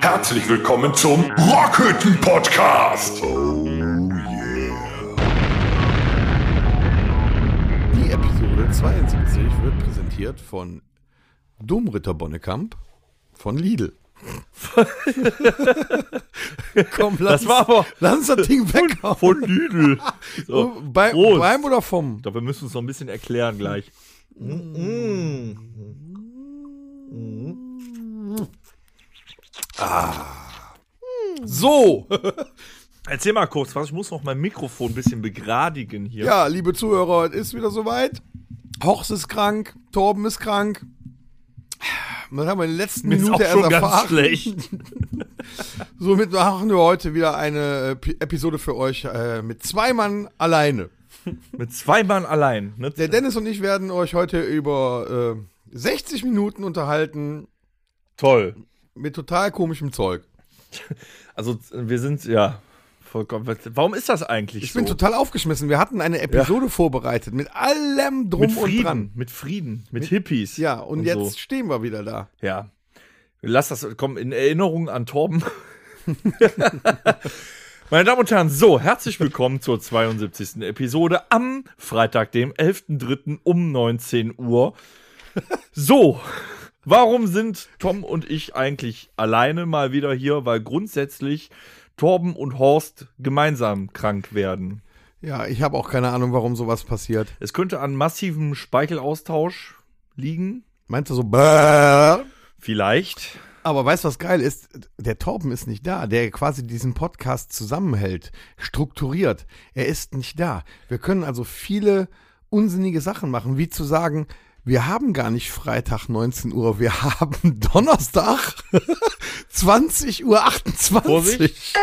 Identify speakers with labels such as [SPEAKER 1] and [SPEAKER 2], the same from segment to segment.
[SPEAKER 1] Herzlich willkommen zum Rockhütten Podcast. Oh yeah.
[SPEAKER 2] Die Episode 72 wird präsentiert von Domritter Bonnekamp von Lidl. Komm, lass,
[SPEAKER 3] Das war aber-
[SPEAKER 2] lass das Ding weghauen.
[SPEAKER 3] Von Lidl. So,
[SPEAKER 2] Oh, Bei,
[SPEAKER 3] Prost.
[SPEAKER 2] beim oder vom?
[SPEAKER 3] Ich glaube, wir müssen uns noch ein bisschen erklären gleich.
[SPEAKER 2] So.
[SPEAKER 3] Erzähl mal kurz was. Ich muss noch mein Mikrofon ein bisschen begradigen hier.
[SPEAKER 2] Ja, liebe Zuhörer, es ist wieder soweit. Horst ist krank, Torben ist krank. Das haben wir in der letzten
[SPEAKER 3] Mir ist
[SPEAKER 2] Minute
[SPEAKER 3] auch
[SPEAKER 2] erst
[SPEAKER 3] schon ganz
[SPEAKER 2] erfahren.
[SPEAKER 3] schlecht.
[SPEAKER 2] Somit machen wir heute wieder eine äh, P- Episode für euch äh, mit zwei Mann alleine.
[SPEAKER 3] Mit zwei Mann allein. Ne?
[SPEAKER 2] Der Dennis und ich werden euch heute über äh, 60 Minuten unterhalten
[SPEAKER 3] Toll.
[SPEAKER 2] mit total komischem Zeug.
[SPEAKER 3] Also wir sind, ja, vollkommen. Warum ist das eigentlich
[SPEAKER 2] Ich
[SPEAKER 3] so?
[SPEAKER 2] bin total aufgeschmissen. Wir hatten eine Episode vorbereitet mit allem drum
[SPEAKER 3] mit Frieden,
[SPEAKER 2] und dran.
[SPEAKER 3] mit Frieden, mit, Hippies.
[SPEAKER 2] Ja, und, jetzt
[SPEAKER 3] so.
[SPEAKER 2] stehen wir wieder da.
[SPEAKER 3] Ja. Lass das kommen in Erinnerung an Torben. Meine Damen und Herren, so, herzlich willkommen zur 72. Episode am Freitag, dem 11.03. um 19 Uhr. So, warum sind Tom und ich eigentlich alleine mal wieder hier? Weil grundsätzlich Torben und Horst gemeinsam krank werden.
[SPEAKER 2] Ja, ich habe auch keine Ahnung, warum sowas passiert.
[SPEAKER 3] Es könnte an massivem Speichelaustausch liegen,
[SPEAKER 2] Meinst du so, Bäh?
[SPEAKER 3] vielleicht.
[SPEAKER 2] aber weißt du, was geil ist? Der Torben ist nicht da, der quasi diesen Podcast zusammenhält, strukturiert. Er ist nicht da. Wir können also viele unsinnige Sachen machen, wie zu sagen, wir haben gar nicht Freitag 19 Uhr, wir haben Donnerstag 20 Uhr 28.
[SPEAKER 3] Vorsicht.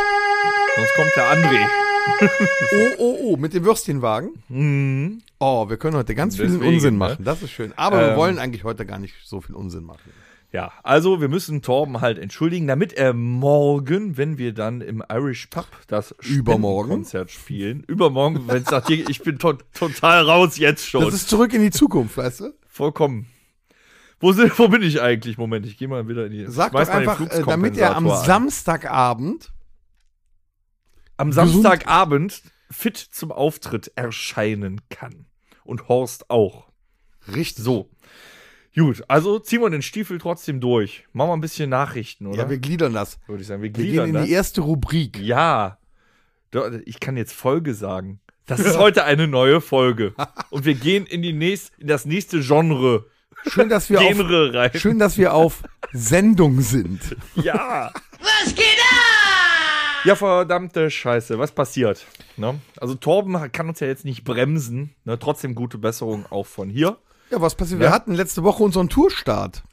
[SPEAKER 3] Sonst kommt der André.
[SPEAKER 2] Oh, oh, oh, mit dem Würstchenwagen. Oh, wir können heute ganz viel
[SPEAKER 3] Mhm. Deswegen,
[SPEAKER 2] Unsinn
[SPEAKER 3] ne?
[SPEAKER 2] machen. Das ist schön. Aber wir
[SPEAKER 3] Ähm.
[SPEAKER 2] wollen eigentlich heute gar nicht so viel Unsinn machen.
[SPEAKER 3] Ja, also wir müssen Torben halt entschuldigen, damit er morgen, wenn wir dann im Irish Pub das
[SPEAKER 2] Übermorgen?
[SPEAKER 3] Konzert spielen, übermorgen, wenn es sagt, hier, ich bin to total raus jetzt schon,
[SPEAKER 2] Das ist zurück in die Zukunft, weißt du?
[SPEAKER 3] vollkommen. Wo, sind, wo bin ich eigentlich? Moment, ich gehe mal wieder in die.
[SPEAKER 2] Sag
[SPEAKER 3] schmeiß
[SPEAKER 2] doch
[SPEAKER 3] mal den
[SPEAKER 2] einfach, äh,
[SPEAKER 3] Flugskompensator
[SPEAKER 2] damit er am
[SPEAKER 3] an.
[SPEAKER 2] Samstagabend,
[SPEAKER 3] am
[SPEAKER 2] gesund-
[SPEAKER 3] Samstagabend fit zum Auftritt erscheinen kann. Und Horst auch.
[SPEAKER 2] richtig
[SPEAKER 3] So. Gut, also ziehen wir den Stiefel trotzdem durch. Machen wir ein bisschen Nachrichten, oder?
[SPEAKER 2] Ja, wir gliedern das.
[SPEAKER 3] Würde ich sagen, wir
[SPEAKER 2] Wir
[SPEAKER 3] gliedern
[SPEAKER 2] gehen in
[SPEAKER 3] das.
[SPEAKER 2] die erste Rubrik.
[SPEAKER 3] Ja. Da- Ich kann jetzt Folge sagen. Das ist heute eine neue Folge. Und wir gehen in, die nächst, in das nächste Genre.
[SPEAKER 2] Schön, dass wir auf,
[SPEAKER 3] Genre rein.
[SPEAKER 2] schön, dass wir auf Sendung sind.
[SPEAKER 3] Ja. Was geht ab? Ja, verdammte Scheiße. Was passiert? Ne? Also, Torben kann uns ja jetzt nicht bremsen. Ne? Trotzdem gute Besserung auch von hier.
[SPEAKER 2] Ja, was passiert? Wir hatten letzte Woche unseren Tourstart.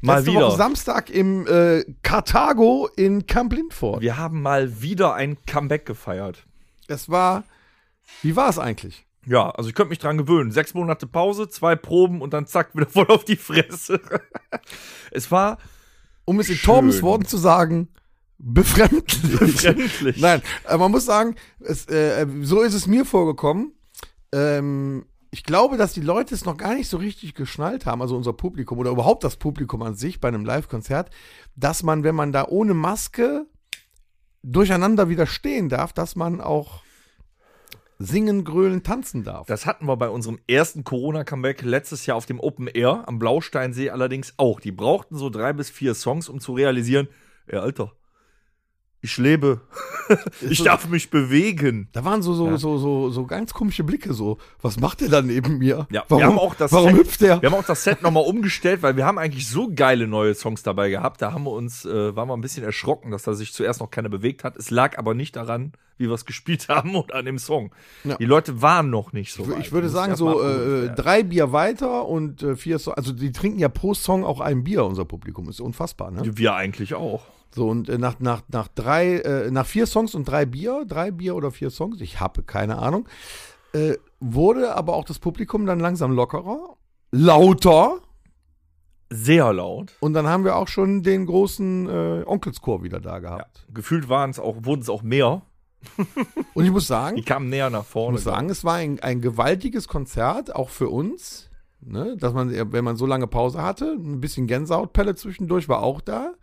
[SPEAKER 3] Mal
[SPEAKER 2] letzte
[SPEAKER 3] wieder.
[SPEAKER 2] Woche Samstag im äh, Karthago in Camp Lindford.
[SPEAKER 3] Wir haben mal wieder ein Comeback gefeiert.
[SPEAKER 2] Es war, wie war es eigentlich?
[SPEAKER 3] Ja, also ich könnte mich dran gewöhnen. Sechs Monate Pause, zwei Proben und dann zack, wieder voll auf die Fresse. es war
[SPEAKER 2] um es in
[SPEAKER 3] Schön.
[SPEAKER 2] Torbens Worten zu sagen, befremdlich.
[SPEAKER 3] Befremdlich.
[SPEAKER 2] Nein, aber man muss sagen, es, äh, so ist es mir vorgekommen. Ähm, ich glaube, dass die Leute es noch gar nicht so richtig geschnallt haben, also unser Publikum oder überhaupt das Publikum an sich bei einem Live-Konzert, dass man, wenn man da ohne Maske durcheinander wieder stehen darf, dass man auch singen, grölen, tanzen darf.
[SPEAKER 3] Das hatten wir bei unserem ersten Corona-Comeback letztes Jahr auf dem Open Air am Blausteinsee allerdings auch. Die brauchten so drei bis vier Songs, um zu realisieren, ey, Alter, ich lebe. ich darf mich bewegen.
[SPEAKER 2] Da waren so, so,
[SPEAKER 3] Ja.
[SPEAKER 2] so, so, so ganz komische Blicke, so, was macht der da neben mir?
[SPEAKER 3] Ja,
[SPEAKER 2] warum,
[SPEAKER 3] wir haben auch das
[SPEAKER 2] warum
[SPEAKER 3] Set,
[SPEAKER 2] hüpft der?
[SPEAKER 3] Wir haben auch das Set nochmal umgestellt, weil wir haben eigentlich so geile neue Songs dabei gehabt. Da haben wir uns, äh, waren wir ein bisschen erschrocken, dass da sich zuerst noch keiner bewegt hat. Es lag aber nicht daran, wie wir es gespielt haben und an dem Song.
[SPEAKER 2] Ja.
[SPEAKER 3] Die Leute waren noch nicht so.
[SPEAKER 2] Ich wür-
[SPEAKER 3] weit.
[SPEAKER 2] Ich würde
[SPEAKER 3] Muss
[SPEAKER 2] sagen,
[SPEAKER 3] erst mal
[SPEAKER 2] so
[SPEAKER 3] abgeholt
[SPEAKER 2] äh,
[SPEAKER 3] werden.
[SPEAKER 2] drei Bier weiter und äh, vier Song. Also die trinken ja pro Song auch ein Bier, unser Publikum. Ist unfassbar, ne?
[SPEAKER 3] Wir eigentlich auch.
[SPEAKER 2] So, und äh, nach, nach, nach drei, äh, nach vier Songs und drei Bier, drei Bier oder vier Songs, ich habe keine Ahnung, äh, wurde aber auch das Publikum dann langsam lockerer, lauter.
[SPEAKER 3] Sehr laut.
[SPEAKER 2] Und dann haben wir auch schon den großen äh, Onkelschor wieder da gehabt.
[SPEAKER 3] Gefühlt waren es auch, wurden es auch mehr.
[SPEAKER 2] Und ich muss sagen,
[SPEAKER 3] Die kamen näher nach
[SPEAKER 2] Ich
[SPEAKER 3] vorne.
[SPEAKER 2] muss sagen, es war ein, ein gewaltiges Konzert, auch für uns. Ne? Dass man, wenn man so lange Pause hatte, ein bisschen Gänsehautpelle zwischendurch war auch da.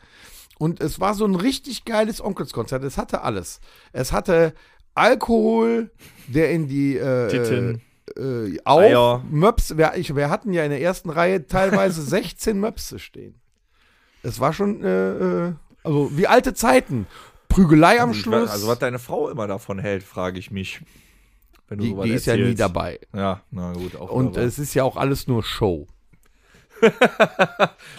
[SPEAKER 2] Und es war so ein richtig geiles Onkelskonzert. Es hatte alles. Es hatte Alkohol, der in die äh,
[SPEAKER 3] Titten.
[SPEAKER 2] Äh, auf
[SPEAKER 3] Eier.
[SPEAKER 2] Möps. Wir, ich, wir hatten ja in der ersten Reihe teilweise 16 Möpse stehen. Es war schon, äh, äh, also wie alte Zeiten. Prügelei am
[SPEAKER 3] Ich
[SPEAKER 2] Schluss.
[SPEAKER 3] weiß- Also, was deine Frau immer davon hält, frage ich mich. Wenn du
[SPEAKER 2] die
[SPEAKER 3] sowas
[SPEAKER 2] die ist ja nie
[SPEAKER 3] erzählst.
[SPEAKER 2] dabei.
[SPEAKER 3] Ja, na gut. Auch
[SPEAKER 2] Und
[SPEAKER 3] dabei.
[SPEAKER 2] es ist ja auch alles nur Show.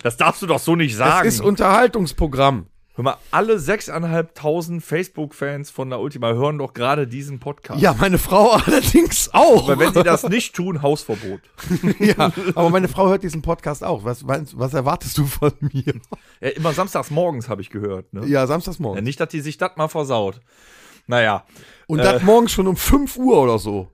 [SPEAKER 3] das darfst du doch so nicht sagen.
[SPEAKER 2] Es ist Unterhaltungsprogramm.
[SPEAKER 3] Hör mal, alle 6.500 Facebook-Fans von der Ultima hören doch gerade diesen Podcast.
[SPEAKER 2] Ja, meine Frau allerdings auch.
[SPEAKER 3] Aber wenn sie das nicht tun, Hausverbot.
[SPEAKER 2] ja, aber meine Frau hört diesen Podcast auch. Was, meinst- was erwartest du von mir?
[SPEAKER 3] Ja, immer samstags morgens habe ich gehört. Ne?
[SPEAKER 2] Ja,
[SPEAKER 3] Ja,
[SPEAKER 2] Samstagsmorgen.
[SPEAKER 3] nicht, dass die sich das mal versaut. Naja,
[SPEAKER 2] Und das morgens schon um 5 Uhr oder so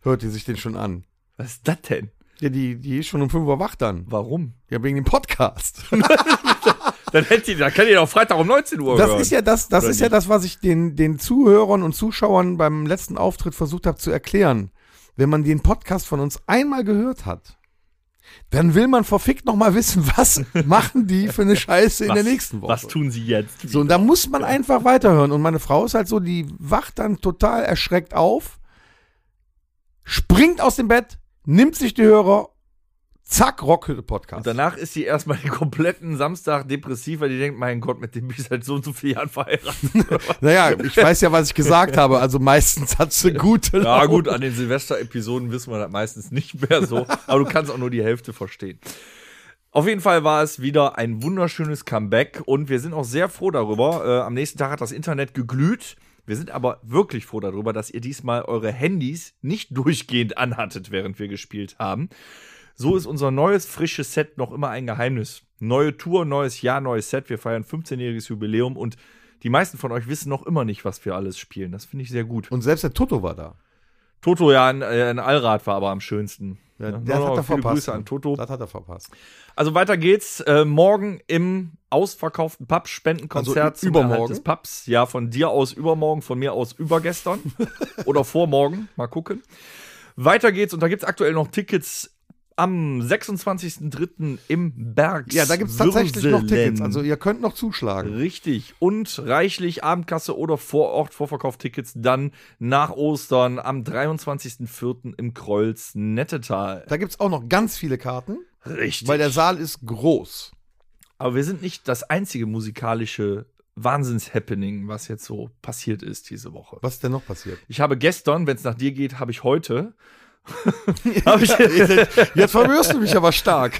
[SPEAKER 2] hört die sich den schon an.
[SPEAKER 3] was ist das denn?
[SPEAKER 2] Ja, die, die ist schon um 5 Uhr wach dann.
[SPEAKER 3] Warum?
[SPEAKER 2] Ja, wegen dem Podcast.
[SPEAKER 3] Dann hätte die, dann kann die doch Freitag um 19 Uhr
[SPEAKER 2] Das
[SPEAKER 3] hören.
[SPEAKER 2] ist ja das, das
[SPEAKER 3] Oder
[SPEAKER 2] ist ja
[SPEAKER 3] nicht?
[SPEAKER 2] das, was ich den, den Zuhörern und Zuschauern beim letzten Auftritt versucht habe zu erklären. Wenn man den Podcast von uns einmal gehört hat, dann will man verfickt nochmal wissen, was machen die für eine Scheiße in
[SPEAKER 3] was,
[SPEAKER 2] der nächsten Woche.
[SPEAKER 3] Was tun sie jetzt?
[SPEAKER 2] So, und da muss man einfach weiterhören. Und meine Frau ist halt so, die wacht dann total erschreckt auf, springt aus dem Bett, nimmt sich die Hörer, zack,
[SPEAKER 3] Und
[SPEAKER 2] Rockhütte-Podcast.
[SPEAKER 3] danach ist sie erstmal den kompletten Samstag depressiv, weil die denkt, mein Gott, mit dem bin ich seit so und so vielen Jahren verheiratet.
[SPEAKER 2] Naja, ich weiß ja, was ich gesagt habe. Also meistens hat sie gute
[SPEAKER 3] ja
[SPEAKER 2] Laune.
[SPEAKER 3] gut, an den Silvester-Episoden wissen wir das meistens nicht mehr so. Aber du kannst auch nur die Hälfte verstehen. Auf jeden Fall war es wieder ein wunderschönes Comeback und wir sind auch sehr froh darüber. Äh, am nächsten Tag hat das Internet geglüht. Wir sind aber wirklich froh darüber, dass ihr diesmal eure Handys nicht durchgehend anhattet, während wir gespielt haben. So ist unser neues, frisches Set noch immer ein Geheimnis. Neue Tour, neues Jahr, neues Set. Wir feiern 15-jähriges Jubiläum und die meisten von euch wissen noch immer nicht, was wir alles spielen. Das finde ich sehr gut.
[SPEAKER 2] Und selbst der Toto war da.
[SPEAKER 3] Toto ja ein, äh, ein Allrad war aber am schönsten.
[SPEAKER 2] Ja,
[SPEAKER 3] Ja,
[SPEAKER 2] das
[SPEAKER 3] noch
[SPEAKER 2] hat
[SPEAKER 3] viele
[SPEAKER 2] er verpasst. ne?
[SPEAKER 3] Grüße an Toto.
[SPEAKER 2] Das hat er verpasst.
[SPEAKER 3] Also weiter geht's. Äh, morgen im ausverkauften Pub Spendenkonzert
[SPEAKER 2] Also ü- übermorgen?
[SPEAKER 3] des Pubs. Ja, von dir aus übermorgen, von mir aus übergestern oder vormorgen. Mal gucken. Weiter geht's und da gibt's aktuell noch Tickets am 26.03. im Berg.
[SPEAKER 2] Ja, da gibt's tatsächlich noch Tickets. Also ihr könnt noch zuschlagen.
[SPEAKER 3] Richtig. Und reichlich Abendkasse oder vor Ort Vorverkauftickets dann nach Ostern am 23.04. im Kreuz Nettetal.
[SPEAKER 2] Da gibt's auch noch ganz viele Karten,
[SPEAKER 3] Richtig.
[SPEAKER 2] weil der Saal ist groß.
[SPEAKER 3] Aber wir sind nicht das einzige musikalische Wahnsinns-Happening, was jetzt so passiert ist diese Woche.
[SPEAKER 2] Was ist denn noch passiert?
[SPEAKER 3] Ich habe gestern, wenn es nach dir geht, habe ich heute. habe ich,
[SPEAKER 2] Jetzt verwirrst du mich aber stark.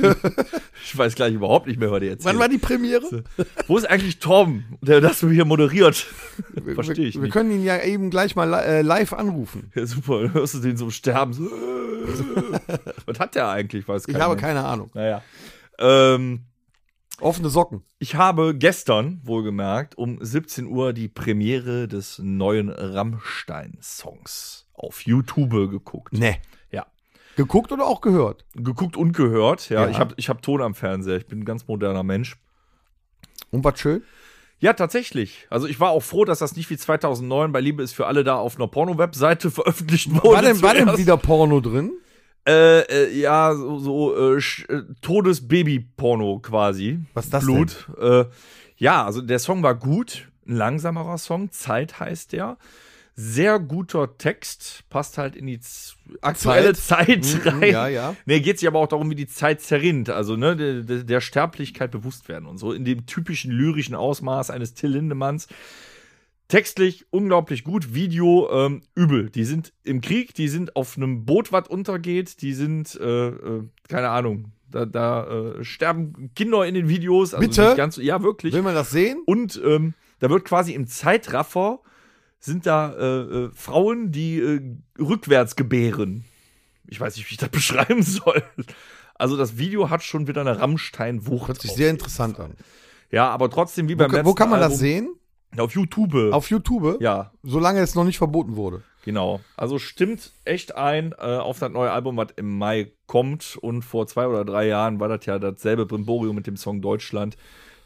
[SPEAKER 3] ich weiß gleich überhaupt nicht mehr, was ihr jetzt
[SPEAKER 2] Wann war die Premiere?
[SPEAKER 3] Wo ist eigentlich Tom, der das hier moderiert? Verstehe äh, ich
[SPEAKER 2] wir, wir
[SPEAKER 3] nicht.
[SPEAKER 2] können ihn ja eben gleich mal li- äh, live anrufen.
[SPEAKER 3] Ja, super, dann hörst du den so sterben. So, was hat der eigentlich? Weiß
[SPEAKER 2] Ich
[SPEAKER 3] keiner
[SPEAKER 2] habe
[SPEAKER 3] mehr.
[SPEAKER 2] keine Ahnung.
[SPEAKER 3] Naja. Ähm,
[SPEAKER 2] Offene Socken.
[SPEAKER 3] Ich habe gestern, wohlgemerkt, um 17 Uhr die Premiere des neuen Rammstein-Songs auf YouTube geguckt.
[SPEAKER 2] Ne.
[SPEAKER 3] Ja.
[SPEAKER 2] Geguckt oder auch gehört?
[SPEAKER 3] Geguckt und gehört. Ja,
[SPEAKER 2] Ja.
[SPEAKER 3] ich habe ich hab Ton am Fernseher. Ich bin ein ganz moderner Mensch.
[SPEAKER 2] Und was schön?
[SPEAKER 3] Ja, tatsächlich. Also ich war auch froh, dass das nicht wie 2009 bei Liebe ist für alle da auf einer Porno-Webseite veröffentlicht wurde.
[SPEAKER 2] War denn, war denn
[SPEAKER 3] zuerst.
[SPEAKER 2] wieder Porno drin?
[SPEAKER 3] Äh, äh, ja, so, so äh, Sch- äh, Todesbaby-Porno quasi.
[SPEAKER 2] Was ist das
[SPEAKER 3] Blut. Äh, ja, also der Song war gut. Ein langsamerer Song. Zeit heißt der. Sehr guter Text. Passt halt in die z- aktuelle Zeit, rein.
[SPEAKER 2] Mhm, ja, ja.
[SPEAKER 3] Nee, geht sich aber auch darum, wie die Zeit zerrinnt. Also, ne, der, der, der Sterblichkeit bewusst werden und so. In dem typischen lyrischen Ausmaß eines Till Lindemanns. Textlich unglaublich gut, Video ähm, übel. Die sind im Krieg, die sind auf einem Boot, was untergeht, die sind, äh, äh, keine Ahnung, da, da äh, sterben Kinder in den Videos. Also
[SPEAKER 2] Bitte?
[SPEAKER 3] Nicht ganz, so- ja, wirklich.
[SPEAKER 2] Will man das sehen?
[SPEAKER 3] Und ähm, da wird quasi im Zeitraffer sind da äh, äh, Frauen, die äh, rückwärts gebären. Ich weiß nicht, wie ich das beschreiben soll. Also das Video hat schon wieder eine Rammstein-Wucht.
[SPEAKER 2] Hört sich
[SPEAKER 3] auf
[SPEAKER 2] sehr
[SPEAKER 3] jeden
[SPEAKER 2] interessant an.
[SPEAKER 3] Fall. Ja, aber trotzdem wie beim
[SPEAKER 2] Wo,
[SPEAKER 3] letzten
[SPEAKER 2] wo kann man das
[SPEAKER 3] Album-
[SPEAKER 2] sehen?
[SPEAKER 3] Auf YouTube.
[SPEAKER 2] Auf YouTube?
[SPEAKER 3] ja,
[SPEAKER 2] Solange es noch nicht verboten wurde.
[SPEAKER 3] genau. Also stimmt echt ein äh, auf das neue Album, was im Mai kommt. Und vor zwei oder drei Jahren war das ja dasselbe Brimborium mit dem Song Deutschland.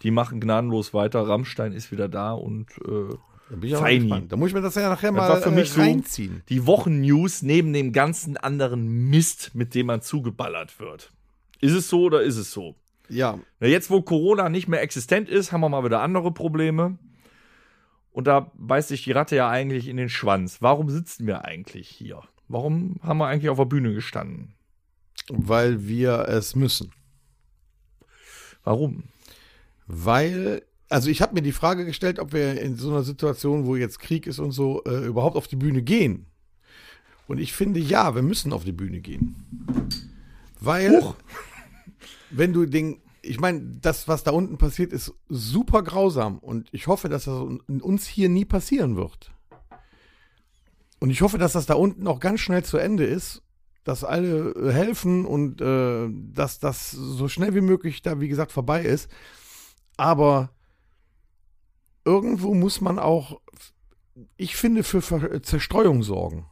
[SPEAKER 3] Die machen gnadenlos weiter. Rammstein ist wieder da und äh,
[SPEAKER 2] Da bin ich auch mal
[SPEAKER 3] Feini.
[SPEAKER 2] gespannt. Da muss ich mir das ja nachher
[SPEAKER 3] Das
[SPEAKER 2] mal
[SPEAKER 3] war für mich
[SPEAKER 2] äh,
[SPEAKER 3] so
[SPEAKER 2] reinziehen.
[SPEAKER 3] die Wochennews neben dem ganzen anderen Mist, mit dem man zugeballert wird. Ist es so oder ist es so?
[SPEAKER 2] Ja,
[SPEAKER 3] Na, jetzt, wo Corona nicht mehr existent ist, haben wir mal wieder andere Probleme. Und da beißt sich die Ratte ja eigentlich in den Schwanz. Warum sitzen wir eigentlich hier? Warum haben wir eigentlich auf der Bühne gestanden?
[SPEAKER 2] weil wir es müssen.
[SPEAKER 3] Warum?
[SPEAKER 2] Weil, also ich habe mir die Frage gestellt, ob wir in so einer Situation, wo jetzt Krieg ist und so, äh, überhaupt auf die Bühne gehen. Und ich finde, ja, wir müssen auf die Bühne gehen. Weil, wenn du den, ich meine, das, was da unten passiert, ist super grausam. Und ich hoffe, dass das un- uns hier nie passieren wird. Und ich hoffe, dass das da unten auch ganz schnell zu Ende ist, dass alle äh, helfen und äh, dass das so schnell wie möglich da, wie gesagt, vorbei ist. Aber irgendwo muss man auch, ich finde, für Ver äh, Zerstreuung sorgen.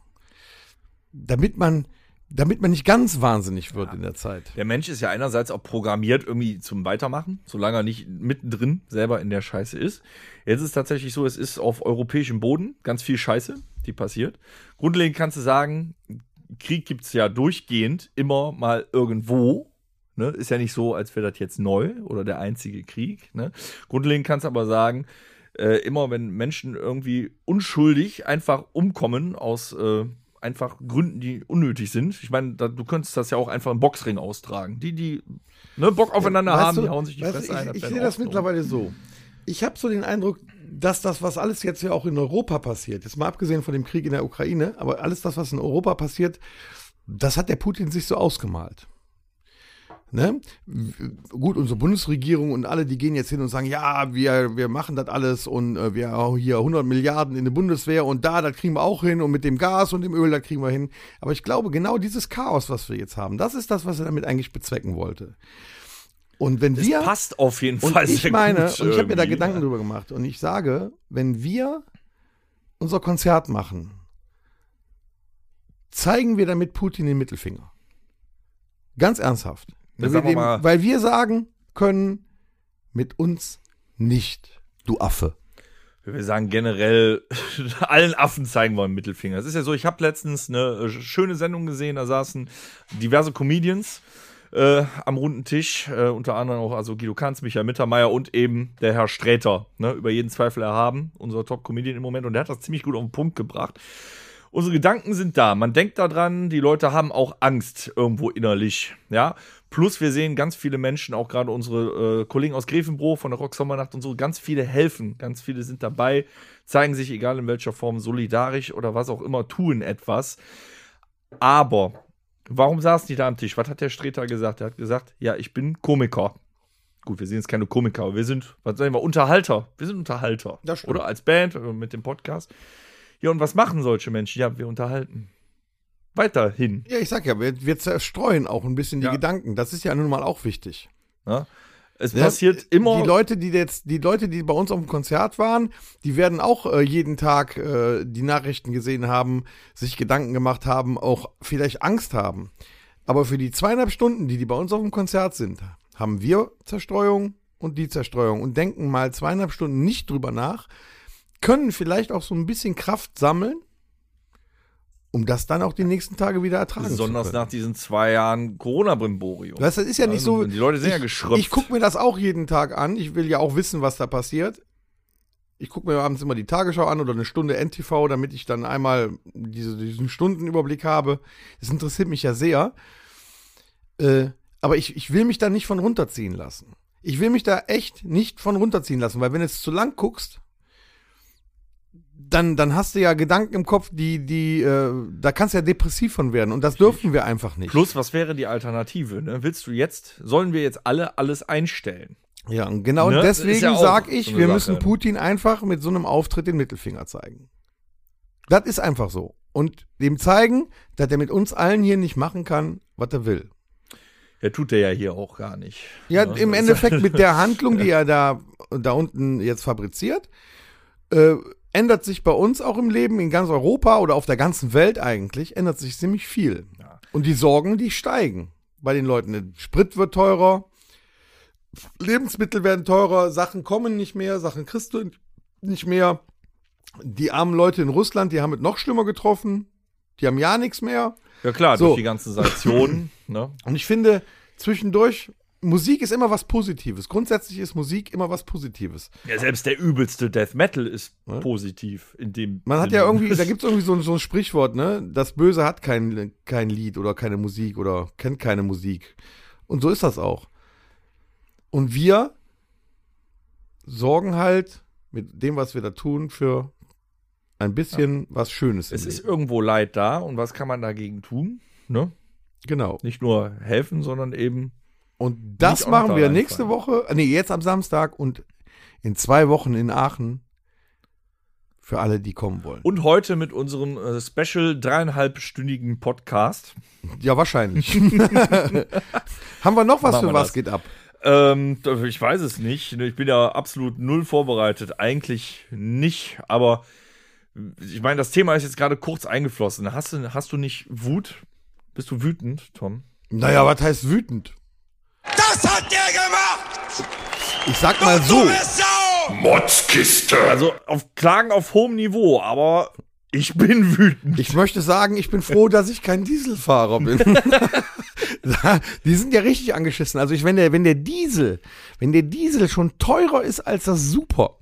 [SPEAKER 2] Damit man, damit man nicht ganz wahnsinnig wird in der Zeit.
[SPEAKER 3] Der Mensch ist ja einerseits auch programmiert irgendwie zum Weitermachen, solange er nicht mittendrin selber in der Scheiße ist. Jetzt ist es tatsächlich so, es ist auf europäischem Boden ganz viel Scheiße, die passiert. Grundlegend kannst du sagen, Krieg gibt's ja durchgehend immer mal irgendwo. Ne? Ist ja nicht so, als wäre das jetzt neu oder der einzige Krieg. Ne? Grundlegend kannst du aber sagen, äh, immer wenn Menschen irgendwie unschuldig einfach umkommen aus äh, einfach Gründen, die unnötig sind. Ich meine, da, du könntest das ja auch einfach im Boxring austragen. Die, die ne, Bock aufeinander
[SPEAKER 2] Weißt
[SPEAKER 3] haben,
[SPEAKER 2] du,
[SPEAKER 3] die hauen sich die
[SPEAKER 2] weißt
[SPEAKER 3] Fresse
[SPEAKER 2] du,
[SPEAKER 3] ein.
[SPEAKER 2] ich, Ich
[SPEAKER 3] werden
[SPEAKER 2] sehe das
[SPEAKER 3] aufgenommen.
[SPEAKER 2] mittlerweile so. Ich habe so den Eindruck, dass das, was alles jetzt ja auch in Europa passiert, jetzt mal abgesehen von dem Krieg in der Ukraine, aber alles das, was in Europa passiert, das hat der Putin sich so ausgemalt. Ne? W- Gut, unsere Bundesregierung und alle, die gehen jetzt hin und sagen, ja, wir, wir machen das alles und äh, wir haben hier 100 Milliarden in die Bundeswehr und da, das kriegen wir auch hin und mit dem Gas und dem Öl, da kriegen wir hin. Aber ich glaube, genau dieses Chaos, was wir jetzt haben, das ist das, was er damit eigentlich bezwecken wollte. Und wenn
[SPEAKER 3] Das
[SPEAKER 2] wir
[SPEAKER 3] passt auf jeden
[SPEAKER 2] und
[SPEAKER 3] Fall
[SPEAKER 2] ich meine,
[SPEAKER 3] gut
[SPEAKER 2] und ich habe mir da
[SPEAKER 3] irgendwie.
[SPEAKER 2] Gedanken drüber gemacht und ich sage, wenn wir unser Konzert machen, zeigen wir damit Putin den Mittelfinger. Ganz ernsthaft. Weil wir,
[SPEAKER 3] Ja, sagen wir
[SPEAKER 2] dem,
[SPEAKER 3] mal-
[SPEAKER 2] weil wir sagen können, mit uns nicht, du Affe.
[SPEAKER 3] wir sagen generell, allen Affen zeigen wir den Mittelfinger. Es ist ja so, ich habe letztens eine äh, schöne Sendung gesehen, da saßen diverse Comedians äh, am runden Tisch, äh, unter anderem auch also Guido Kanz, Michael Mittermeier und eben der Herr Sträter, ne, über jeden Zweifel erhaben, unser Top-Comedian im Moment und der hat das ziemlich gut auf den Punkt gebracht. Unsere Gedanken sind da. Man denkt daran, die Leute haben auch Angst irgendwo innerlich. Ja. Plus, wir sehen ganz viele Menschen, auch gerade unsere äh, Kollegen aus Grevenbroich von der Rock Sommernacht und so, ganz viele helfen, ganz viele sind dabei, zeigen sich, egal in welcher Form, solidarisch oder was auch immer, tun etwas. Aber warum saßen die da am Tisch? Was hat der Streter gesagt? Er hat gesagt, ja, ich bin Komiker. Gut, wir sind jetzt keine Komiker, aber wir sind, was sagen wir, Unterhalter. Wir sind Unterhalter.
[SPEAKER 2] Das stimmt.
[SPEAKER 3] Oder als Band äh, mit dem Podcast. Ja, und was machen solche Menschen? Ja, wir unterhalten. Weiterhin.
[SPEAKER 2] Ja, ich sag ja, wir, wir zerstreuen auch ein bisschen
[SPEAKER 3] Ja.
[SPEAKER 2] die Gedanken. Das ist ja nun mal auch wichtig.
[SPEAKER 3] Ne? Es
[SPEAKER 2] Ne?
[SPEAKER 3] passiert immer.
[SPEAKER 2] Die Leute, die jetzt, die Leute, die bei uns auf dem Konzert waren, die werden auch äh, jeden Tag äh, die Nachrichten gesehen haben, sich Gedanken gemacht haben, auch vielleicht Angst haben. Aber für die zweieinhalb Stunden, die die bei uns auf dem Konzert sind, haben wir Zerstreuung und die Zerstreuung und denken mal zweieinhalb Stunden nicht drüber nach, können vielleicht auch so ein bisschen Kraft sammeln, um das dann auch die nächsten Tage wieder ertragen
[SPEAKER 3] besonders
[SPEAKER 2] zu können.
[SPEAKER 3] nach diesen zwei Jahren Corona-Brimborium.
[SPEAKER 2] Weißt du, Das ist ja nicht so,
[SPEAKER 3] Die Leute sind ja geschröpft.
[SPEAKER 2] ich gucke mir das auch jeden Tag an. Ich will ja auch wissen, was da passiert. Ich gucke mir abends immer die Tagesschau an oder eine Stunde NTV, damit ich dann einmal diese, diesen Stundenüberblick habe. Das interessiert mich ja sehr. Äh, aber ich, ich will mich da nicht von runterziehen lassen. Ich will mich da echt nicht von runterziehen lassen, weil wenn du jetzt zu lang guckst, dann, dann hast du ja Gedanken im Kopf, die, die, äh, da kannst du ja depressiv von werden. Und das dürfen wir einfach nicht.
[SPEAKER 3] Plus, was wäre die Alternative? Ne? Willst du jetzt, sollen wir jetzt alle alles einstellen?
[SPEAKER 2] Ja, und genau
[SPEAKER 3] Ne? Das ist
[SPEAKER 2] deswegen
[SPEAKER 3] ja auch
[SPEAKER 2] sag ich,
[SPEAKER 3] so eine
[SPEAKER 2] wir
[SPEAKER 3] Sache.
[SPEAKER 2] müssen Putin einfach mit so einem Auftritt den Mittelfinger zeigen. Das ist einfach so. Und dem zeigen, dass er mit uns allen hier nicht machen kann, was er will.
[SPEAKER 3] Ja, tut der ja hier auch gar nicht.
[SPEAKER 2] Ja,
[SPEAKER 3] Ne?
[SPEAKER 2] im
[SPEAKER 3] Das-
[SPEAKER 2] Endeffekt mit der Handlung, die er da, da unten jetzt fabriziert, äh, ändert sich bei uns auch im Leben, in ganz Europa oder auf der ganzen Welt eigentlich, ändert sich ziemlich viel.
[SPEAKER 3] Ja.
[SPEAKER 2] Und die Sorgen, die steigen bei den Leuten. Der Sprit wird teurer, Lebensmittel werden teurer, Sachen kommen nicht mehr, Sachen kriegst du nicht mehr. Die armen Leute in Russland, die haben es noch schlimmer getroffen. Die haben ja nichts mehr.
[SPEAKER 3] Ja klar,
[SPEAKER 2] So.
[SPEAKER 3] durch die ganzen Sanktionen. ne?
[SPEAKER 2] Und ich finde, zwischendurch, Musik ist immer was Positives. Grundsätzlich ist Musik immer was Positives.
[SPEAKER 3] ja, selbst der übelste Death Metal ist positiv in dem.
[SPEAKER 2] Man hat
[SPEAKER 3] Sinne.
[SPEAKER 2] ja irgendwie, da gibt es irgendwie so, ein- so ein Sprichwort, ne? Das Böse hat kein, kein Lied oder keine Musik oder kennt keine Musik. Und so ist das auch. Und wir sorgen halt mit dem, was wir da tun, für ein bisschen was Schönes. im
[SPEAKER 3] es ist
[SPEAKER 2] Leben.
[SPEAKER 3] irgendwo Leid da und was kann man dagegen tun? Ne?
[SPEAKER 2] genau.
[SPEAKER 3] Nicht nur helfen, sondern eben.
[SPEAKER 2] Und
[SPEAKER 3] Nicht
[SPEAKER 2] das
[SPEAKER 3] auch
[SPEAKER 2] machen
[SPEAKER 3] noch
[SPEAKER 2] wir
[SPEAKER 3] da
[SPEAKER 2] nächste Woche, äh, nee, jetzt am Samstag und in zwei Wochen in Aachen. Für alle, die kommen wollen.
[SPEAKER 3] Und heute mit unserem äh, Special dreieinhalbstündigen Podcast.
[SPEAKER 2] ja, wahrscheinlich. Haben wir noch was
[SPEAKER 3] Machen
[SPEAKER 2] für
[SPEAKER 3] wir
[SPEAKER 2] was
[SPEAKER 3] das.
[SPEAKER 2] geht ab?
[SPEAKER 3] Ähm, ich weiß es nicht. Ich bin ja absolut null vorbereitet. Eigentlich nicht. Aber ich meine, das Thema ist jetzt gerade kurz eingeflossen. Hast du, hast du nicht Wut? Bist du wütend, Tom?
[SPEAKER 2] Naja, was heißt wütend?
[SPEAKER 4] Das hat der gemacht!
[SPEAKER 2] Ich sag mal so,
[SPEAKER 4] Dumme Sau!
[SPEAKER 1] Motzkiste.
[SPEAKER 3] Also auf Klagen auf hohem Niveau, aber ich bin wütend.
[SPEAKER 2] ich möchte sagen, ich bin froh, dass ich kein Dieselfahrer bin. Die sind ja richtig angeschissen. Also ich, wenn der, wenn der Diesel, wenn der Diesel schon teurer ist als das Super,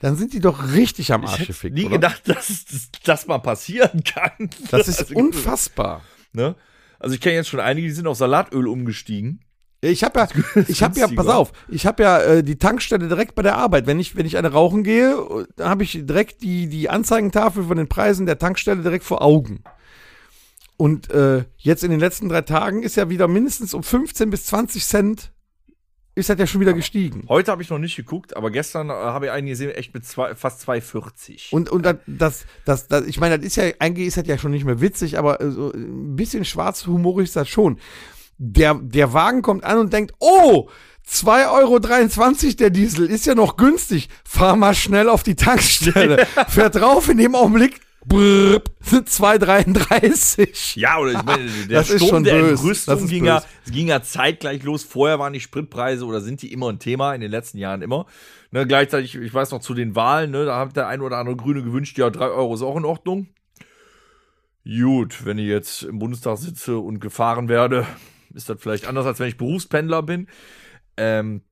[SPEAKER 2] dann sind die doch richtig am Arsch
[SPEAKER 3] hätte
[SPEAKER 2] gefickt.
[SPEAKER 3] nie
[SPEAKER 2] oder?
[SPEAKER 3] gedacht, dass das, das mal passieren kann.
[SPEAKER 2] Das ist
[SPEAKER 3] also,
[SPEAKER 2] unfassbar.
[SPEAKER 3] ne? Also ich kenne jetzt schon einige, die sind auf Salatöl umgestiegen.
[SPEAKER 2] Ich habe ja, ich habe ja, pass
[SPEAKER 3] günstiger.
[SPEAKER 2] auf, ich habe ja äh, die Tankstelle direkt bei der Arbeit. Wenn ich, wenn ich eine rauchen gehe, äh, dann habe ich direkt die, die Anzeigentafel von den Preisen der Tankstelle direkt vor Augen. Und äh, jetzt in den letzten drei Tagen ist ja wieder mindestens um 15 bis 20 Cent ist das ja schon wieder gestiegen.
[SPEAKER 3] Heute habe ich noch nicht geguckt, aber gestern äh, habe ich einen gesehen, echt mit zwei, fast 2,40.
[SPEAKER 2] Und, und das, das, das, das, ich meine, das ist ja, eigentlich ist das ja schon nicht mehr witzig, aber äh, so ein bisschen schwarzhumorig ist das schon. Der, der Wagen kommt an und denkt, oh, 2,23 Euro der Diesel ist ja noch günstig. Fahr mal schnell auf die Tankstelle. Fährt drauf in dem Augenblick, brrr, sind 2,33.
[SPEAKER 3] Ja, oder ich meine, der
[SPEAKER 2] Das ist
[SPEAKER 3] Sturm
[SPEAKER 2] schon
[SPEAKER 3] der
[SPEAKER 2] böse.
[SPEAKER 3] Entrüstung
[SPEAKER 2] Das ist
[SPEAKER 3] ging, ja,
[SPEAKER 2] böse.
[SPEAKER 3] es ging ja zeitgleich los. Vorher waren die Spritpreise oder sind die immer ein Thema in den letzten Jahren immer. Ne, gleichzeitig, ich weiß noch zu den Wahlen, ne, da hat der ein oder andere Grüne gewünscht, ja, drei Euro ist auch in Ordnung. Gut, wenn ich jetzt im Bundestag sitze und gefahren werde, ist das vielleicht anders, als wenn ich Berufspendler bin. Ähm,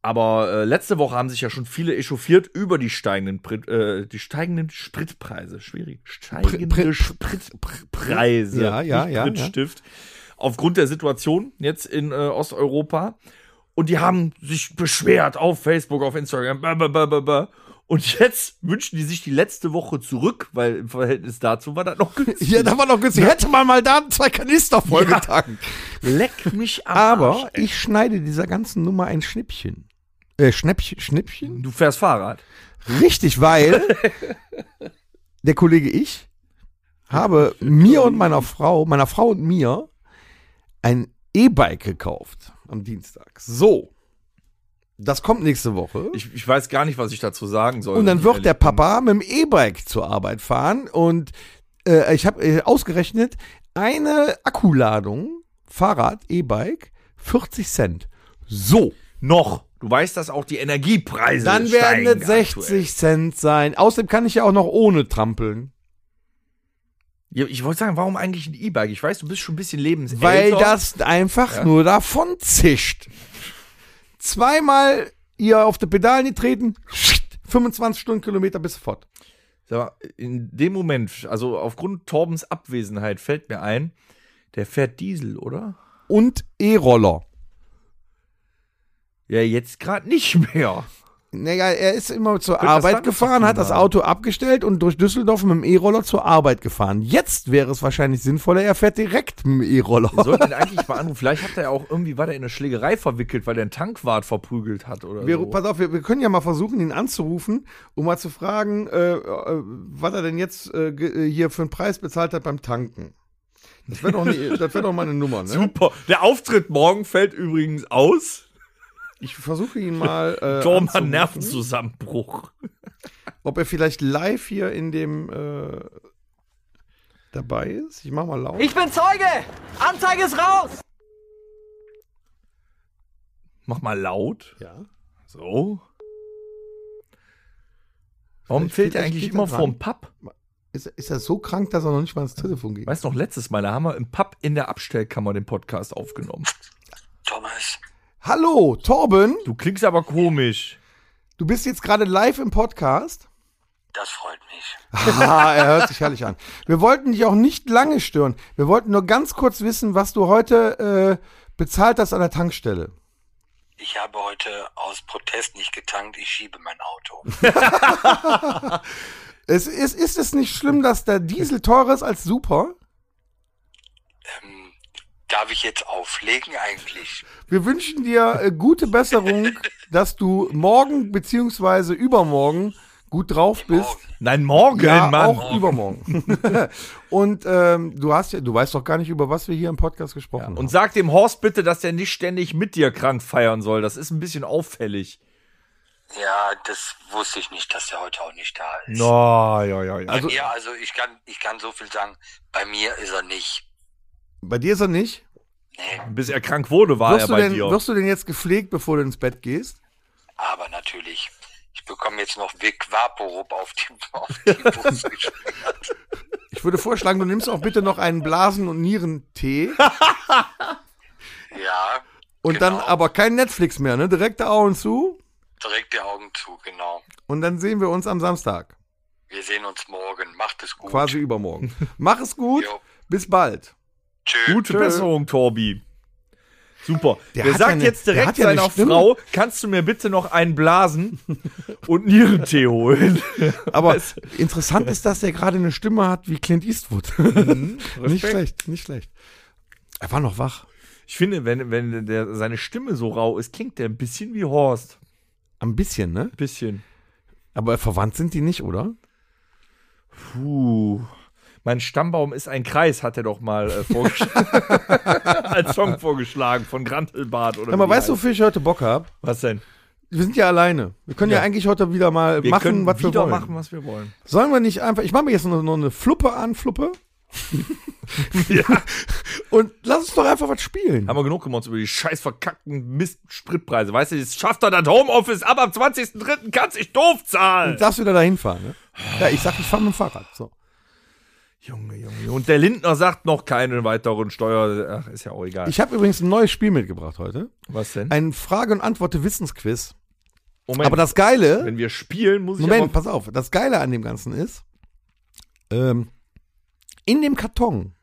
[SPEAKER 3] aber äh, letzte Woche haben sich ja schon viele echauffiert über die steigenden, Prit, äh, die steigenden Spritpreise. Schwierig. Steigende
[SPEAKER 2] Pri-
[SPEAKER 3] Spritpreise.
[SPEAKER 2] Ja, ja,
[SPEAKER 3] nicht
[SPEAKER 2] ja, ja.
[SPEAKER 3] Spritstift. Aufgrund der Situation jetzt in äh, Osteuropa. Und die haben sich beschwert auf Facebook, auf Instagram. Blah, blah, blah, blah, blah. Und jetzt wünschen die sich die letzte Woche zurück, weil im Verhältnis dazu war das noch günstig.
[SPEAKER 2] Ja, da war noch
[SPEAKER 3] Ne?
[SPEAKER 2] günstig. Hätte man mal da zwei Kanister vollgetankt.
[SPEAKER 3] Leck mich am
[SPEAKER 2] Aber
[SPEAKER 3] Arsch, ey.
[SPEAKER 2] ich schneide dieser ganzen Nummer ein Schnippchen. Äh, Schnäppchen, Schnippchen?
[SPEAKER 3] du fährst Fahrrad.
[SPEAKER 2] Richtig, weil der Kollege ich habe mir und meiner Frau, meiner Frau und mir ein E-Bike gekauft am Dienstag. So. Das kommt nächste Woche.
[SPEAKER 3] Ich, ich weiß gar nicht, was ich dazu sagen soll.
[SPEAKER 2] und
[SPEAKER 3] wenn
[SPEAKER 2] dann
[SPEAKER 3] ich
[SPEAKER 2] wird der
[SPEAKER 3] ehrlich bin.
[SPEAKER 2] Papa mit dem E-Bike zur Arbeit fahren und äh, ich habe äh, ausgerechnet, eine Akkuladung Fahrrad E-Bike 40 Cent. So.
[SPEAKER 3] Noch. Du weißt, dass auch die Energiepreise
[SPEAKER 2] Dann
[SPEAKER 3] steigen
[SPEAKER 2] werden es 60
[SPEAKER 3] aktuell.
[SPEAKER 2] Cent sein. Außerdem kann ich ja auch noch ohne trampeln.
[SPEAKER 3] Ja, ich wollte sagen, warum eigentlich ein E-Bike? Ich weiß, du bist schon ein bisschen lebensälter.
[SPEAKER 2] Weil das einfach
[SPEAKER 3] Ja.
[SPEAKER 2] nur davon zischt. Zweimal ihr auf die Pedalen getreten, 25 Stundenkilometer bis sofort.
[SPEAKER 3] Sag mal, in dem Moment, also aufgrund Torbens Abwesenheit, fällt mir ein, der fährt Diesel, oder?
[SPEAKER 2] Und E-Roller.
[SPEAKER 3] Ja, jetzt gerade nicht mehr.
[SPEAKER 2] Naja, er ist immer zur
[SPEAKER 3] das
[SPEAKER 2] Arbeit
[SPEAKER 3] damit
[SPEAKER 2] gefahren,
[SPEAKER 3] zu tun
[SPEAKER 2] hat das
[SPEAKER 3] haben?
[SPEAKER 2] Auto abgestellt und durch Düsseldorf mit dem E-Roller zur Arbeit gefahren. Jetzt wäre es wahrscheinlich sinnvoller, er fährt direkt mit dem
[SPEAKER 3] Wir
[SPEAKER 2] E-Roller.
[SPEAKER 3] sollten ihn eigentlich mal anrufen. Vielleicht hat er ja auch irgendwie, war der in eine Schlägerei verwickelt, weil der einen Tankwart verprügelt hat oder
[SPEAKER 2] Wir,
[SPEAKER 3] so.
[SPEAKER 2] pass auf, wir, wir können ja mal versuchen, ihn anzurufen, um mal zu fragen, äh, äh, was er denn jetzt äh, ge- äh, hier für einen Preis bezahlt hat beim Tanken. Das wäre doch, ne, das wär doch mal eine Nummer, ne?
[SPEAKER 3] Super. Der Auftritt morgen fällt übrigens aus.
[SPEAKER 2] Ich versuche ihn mal, äh,
[SPEAKER 3] Torben hat
[SPEAKER 2] anzurufen,
[SPEAKER 3] Nervenzusammenbruch.
[SPEAKER 2] ob er vielleicht live hier in dem äh, dabei ist. Ich mach mal laut.
[SPEAKER 5] Ich bin Zeuge! Anzeige ist raus!
[SPEAKER 3] Mach mal laut.
[SPEAKER 2] ja.
[SPEAKER 3] So. Warum
[SPEAKER 2] Ich
[SPEAKER 3] fehlt
[SPEAKER 2] bin
[SPEAKER 3] er
[SPEAKER 2] echt
[SPEAKER 3] eigentlich
[SPEAKER 2] nicht
[SPEAKER 3] immer
[SPEAKER 2] dran.
[SPEAKER 3] vorm Pub?
[SPEAKER 2] Ist, ist er so krank, dass er noch nicht mal ans Telefon geht?
[SPEAKER 3] Weißt du noch, letztes Mal, da haben wir im Pub in der Abstellkammer den Podcast aufgenommen.
[SPEAKER 4] Thomas.
[SPEAKER 2] Hallo, Torben,
[SPEAKER 3] Du klingst aber komisch.
[SPEAKER 2] du bist jetzt gerade live im Podcast.
[SPEAKER 4] Das freut mich.
[SPEAKER 2] Ah, er hört sich herrlich an. Wir wollten dich auch nicht lange stören. Wir wollten nur ganz kurz wissen, was du heute äh, bezahlt hast an der Tankstelle.
[SPEAKER 4] Ich habe heute aus Protest nicht getankt. Ich schiebe mein Auto.
[SPEAKER 2] Es ist, ist es nicht schlimm, dass der Diesel teurer ist als Super?
[SPEAKER 4] ähm, darf ich jetzt auflegen eigentlich?
[SPEAKER 2] Wir wünschen dir äh, gute Besserung, dass du morgen beziehungsweise übermorgen gut drauf bist.
[SPEAKER 3] Nein, morgen,
[SPEAKER 2] Ja,
[SPEAKER 3] Mann.
[SPEAKER 2] auch übermorgen. Und ähm, du hast ja, du weißt doch gar nicht, über was wir hier im Podcast gesprochen haben.
[SPEAKER 3] Und sag dem Horst bitte, dass der nicht ständig mit dir krank feiern soll. Das ist ein bisschen auffällig.
[SPEAKER 4] Ja, das wusste ich nicht, dass der heute auch nicht da ist.
[SPEAKER 3] Na, ja, ja, ja.
[SPEAKER 4] Bei mir, also ich kann, ich kann so viel sagen, bei mir ist er nicht.
[SPEAKER 2] Bei dir ist er nicht.
[SPEAKER 4] Nee,
[SPEAKER 3] Bis er krank wurde, war er
[SPEAKER 2] Wirst du,
[SPEAKER 3] bei
[SPEAKER 2] denn,
[SPEAKER 3] dir.
[SPEAKER 2] wirst du denn jetzt gepflegt, bevor du ins Bett gehst?
[SPEAKER 4] aber natürlich. Ich bekomme jetzt noch Vic Vaporub auf die, auf die Brust geschmiert.
[SPEAKER 2] Ich würde vorschlagen, du nimmst auch bitte noch einen Blasen- und Nierentee
[SPEAKER 4] Ja,
[SPEAKER 2] und dann
[SPEAKER 3] Genau.
[SPEAKER 2] aber kein Netflix mehr, ne? Direkt da Augen zu
[SPEAKER 4] direkt die Augen zu, genau.
[SPEAKER 2] und dann sehen wir uns am Samstag,
[SPEAKER 4] Wir sehen uns morgen. Macht es gut.
[SPEAKER 2] quasi übermorgen. Mach es gut,
[SPEAKER 4] Jo.
[SPEAKER 2] bis bald.
[SPEAKER 4] Tschüss.
[SPEAKER 3] Gute Besserung, Torbi. Super.
[SPEAKER 2] Der
[SPEAKER 3] Der,
[SPEAKER 2] hat
[SPEAKER 3] sagt
[SPEAKER 2] ja eine-
[SPEAKER 3] jetzt
[SPEAKER 2] der
[SPEAKER 3] direkt
[SPEAKER 2] hat ja eine
[SPEAKER 3] seiner
[SPEAKER 2] Stimme.
[SPEAKER 3] Frau, kannst du mir bitte noch einen blasen und Nierentee holen?
[SPEAKER 2] Aber interessant ist, dass er gerade eine Stimme hat wie Clint Eastwood.
[SPEAKER 3] Mhm,
[SPEAKER 2] nicht schlecht, nicht schlecht. Er war noch wach.
[SPEAKER 3] Ich finde, wenn, wenn der, seine Stimme so rau ist, klingt der ein bisschen wie Horst.
[SPEAKER 2] Ein bisschen, ne?
[SPEAKER 3] Bisschen.
[SPEAKER 2] Aber verwandt sind die nicht, oder?
[SPEAKER 3] Puh. Mein Stammbaum ist ein Kreis, hat er doch mal äh, vorgeschlagen. als Song vorgeschlagen von Grantelbart oder
[SPEAKER 2] Sag mal,
[SPEAKER 3] wie
[SPEAKER 2] weißt du,
[SPEAKER 3] heißt.
[SPEAKER 2] wofür ich heute Bock habe?
[SPEAKER 3] was denn?
[SPEAKER 2] Wir sind ja alleine. Wir können ja,
[SPEAKER 3] Ja.
[SPEAKER 2] eigentlich heute wieder mal
[SPEAKER 3] Wir
[SPEAKER 2] machen,
[SPEAKER 3] können
[SPEAKER 2] was
[SPEAKER 3] wieder
[SPEAKER 2] wir wollen.
[SPEAKER 3] machen, was wir wollen.
[SPEAKER 2] Sollen wir nicht einfach. Ich mache mir jetzt noch, noch eine Fluppe an, Fluppe. Und lass uns doch einfach was spielen.
[SPEAKER 3] Haben wir genug gemacht über die scheiß verkackten Mist-Spritpreise. Weißt du, jetzt schafft er das Homeoffice ab. Am 20.03. kannst ich doof zahlen.
[SPEAKER 2] Jetzt darfst du wieder dahin fahren, ne? Ja, ich sag, ich fahr mit dem Fahrrad. So.
[SPEAKER 3] Junge, Junge. Junge. Und der Lindner sagt noch keine weiteren Steuer. Ach, ist ja auch egal.
[SPEAKER 2] Ich habe übrigens ein neues Spiel mitgebracht heute.
[SPEAKER 3] was denn?
[SPEAKER 2] Ein Frage- und Antworte-Wissensquiz.
[SPEAKER 3] Moment,
[SPEAKER 2] Aber das Geile.
[SPEAKER 3] wenn wir spielen, muss ich
[SPEAKER 2] Moment,
[SPEAKER 3] aber...
[SPEAKER 2] pass auf. Das Geile an dem Ganzen ist, ähm, in dem Karton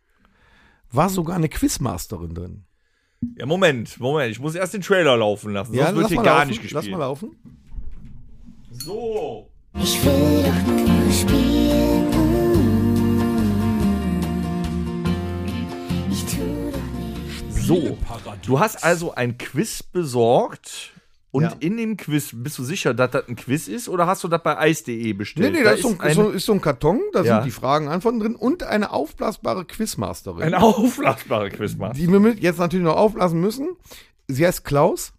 [SPEAKER 2] war sogar eine Quizmasterin drin.
[SPEAKER 3] Ja, Moment, Moment. Ich muss erst den Trailer laufen lassen. sonst wird hier
[SPEAKER 2] mal
[SPEAKER 3] gar
[SPEAKER 2] laufen,
[SPEAKER 3] nicht gespielt.
[SPEAKER 2] Lass mal laufen.
[SPEAKER 3] So.
[SPEAKER 6] Ich will doch nur spielen. Ich tu doch nicht.
[SPEAKER 3] So, du hast also ein Quiz besorgt und
[SPEAKER 2] Ja.
[SPEAKER 3] in dem Quiz bist du sicher, dass das ein Quiz ist oder hast du das bei ice.de
[SPEAKER 2] Nee,
[SPEAKER 3] bestellt?
[SPEAKER 2] nee, da
[SPEAKER 3] Da
[SPEAKER 2] ist so ein, so, ist so ein Karton, da
[SPEAKER 3] Ja.
[SPEAKER 2] sind die Fragen, Antworten drin und eine aufblasbare Quizmasterin,
[SPEAKER 3] ein auflassbarer Quiz machen.
[SPEAKER 2] die wir mit jetzt natürlich noch aufblasen müssen. Sie heißt Klaus.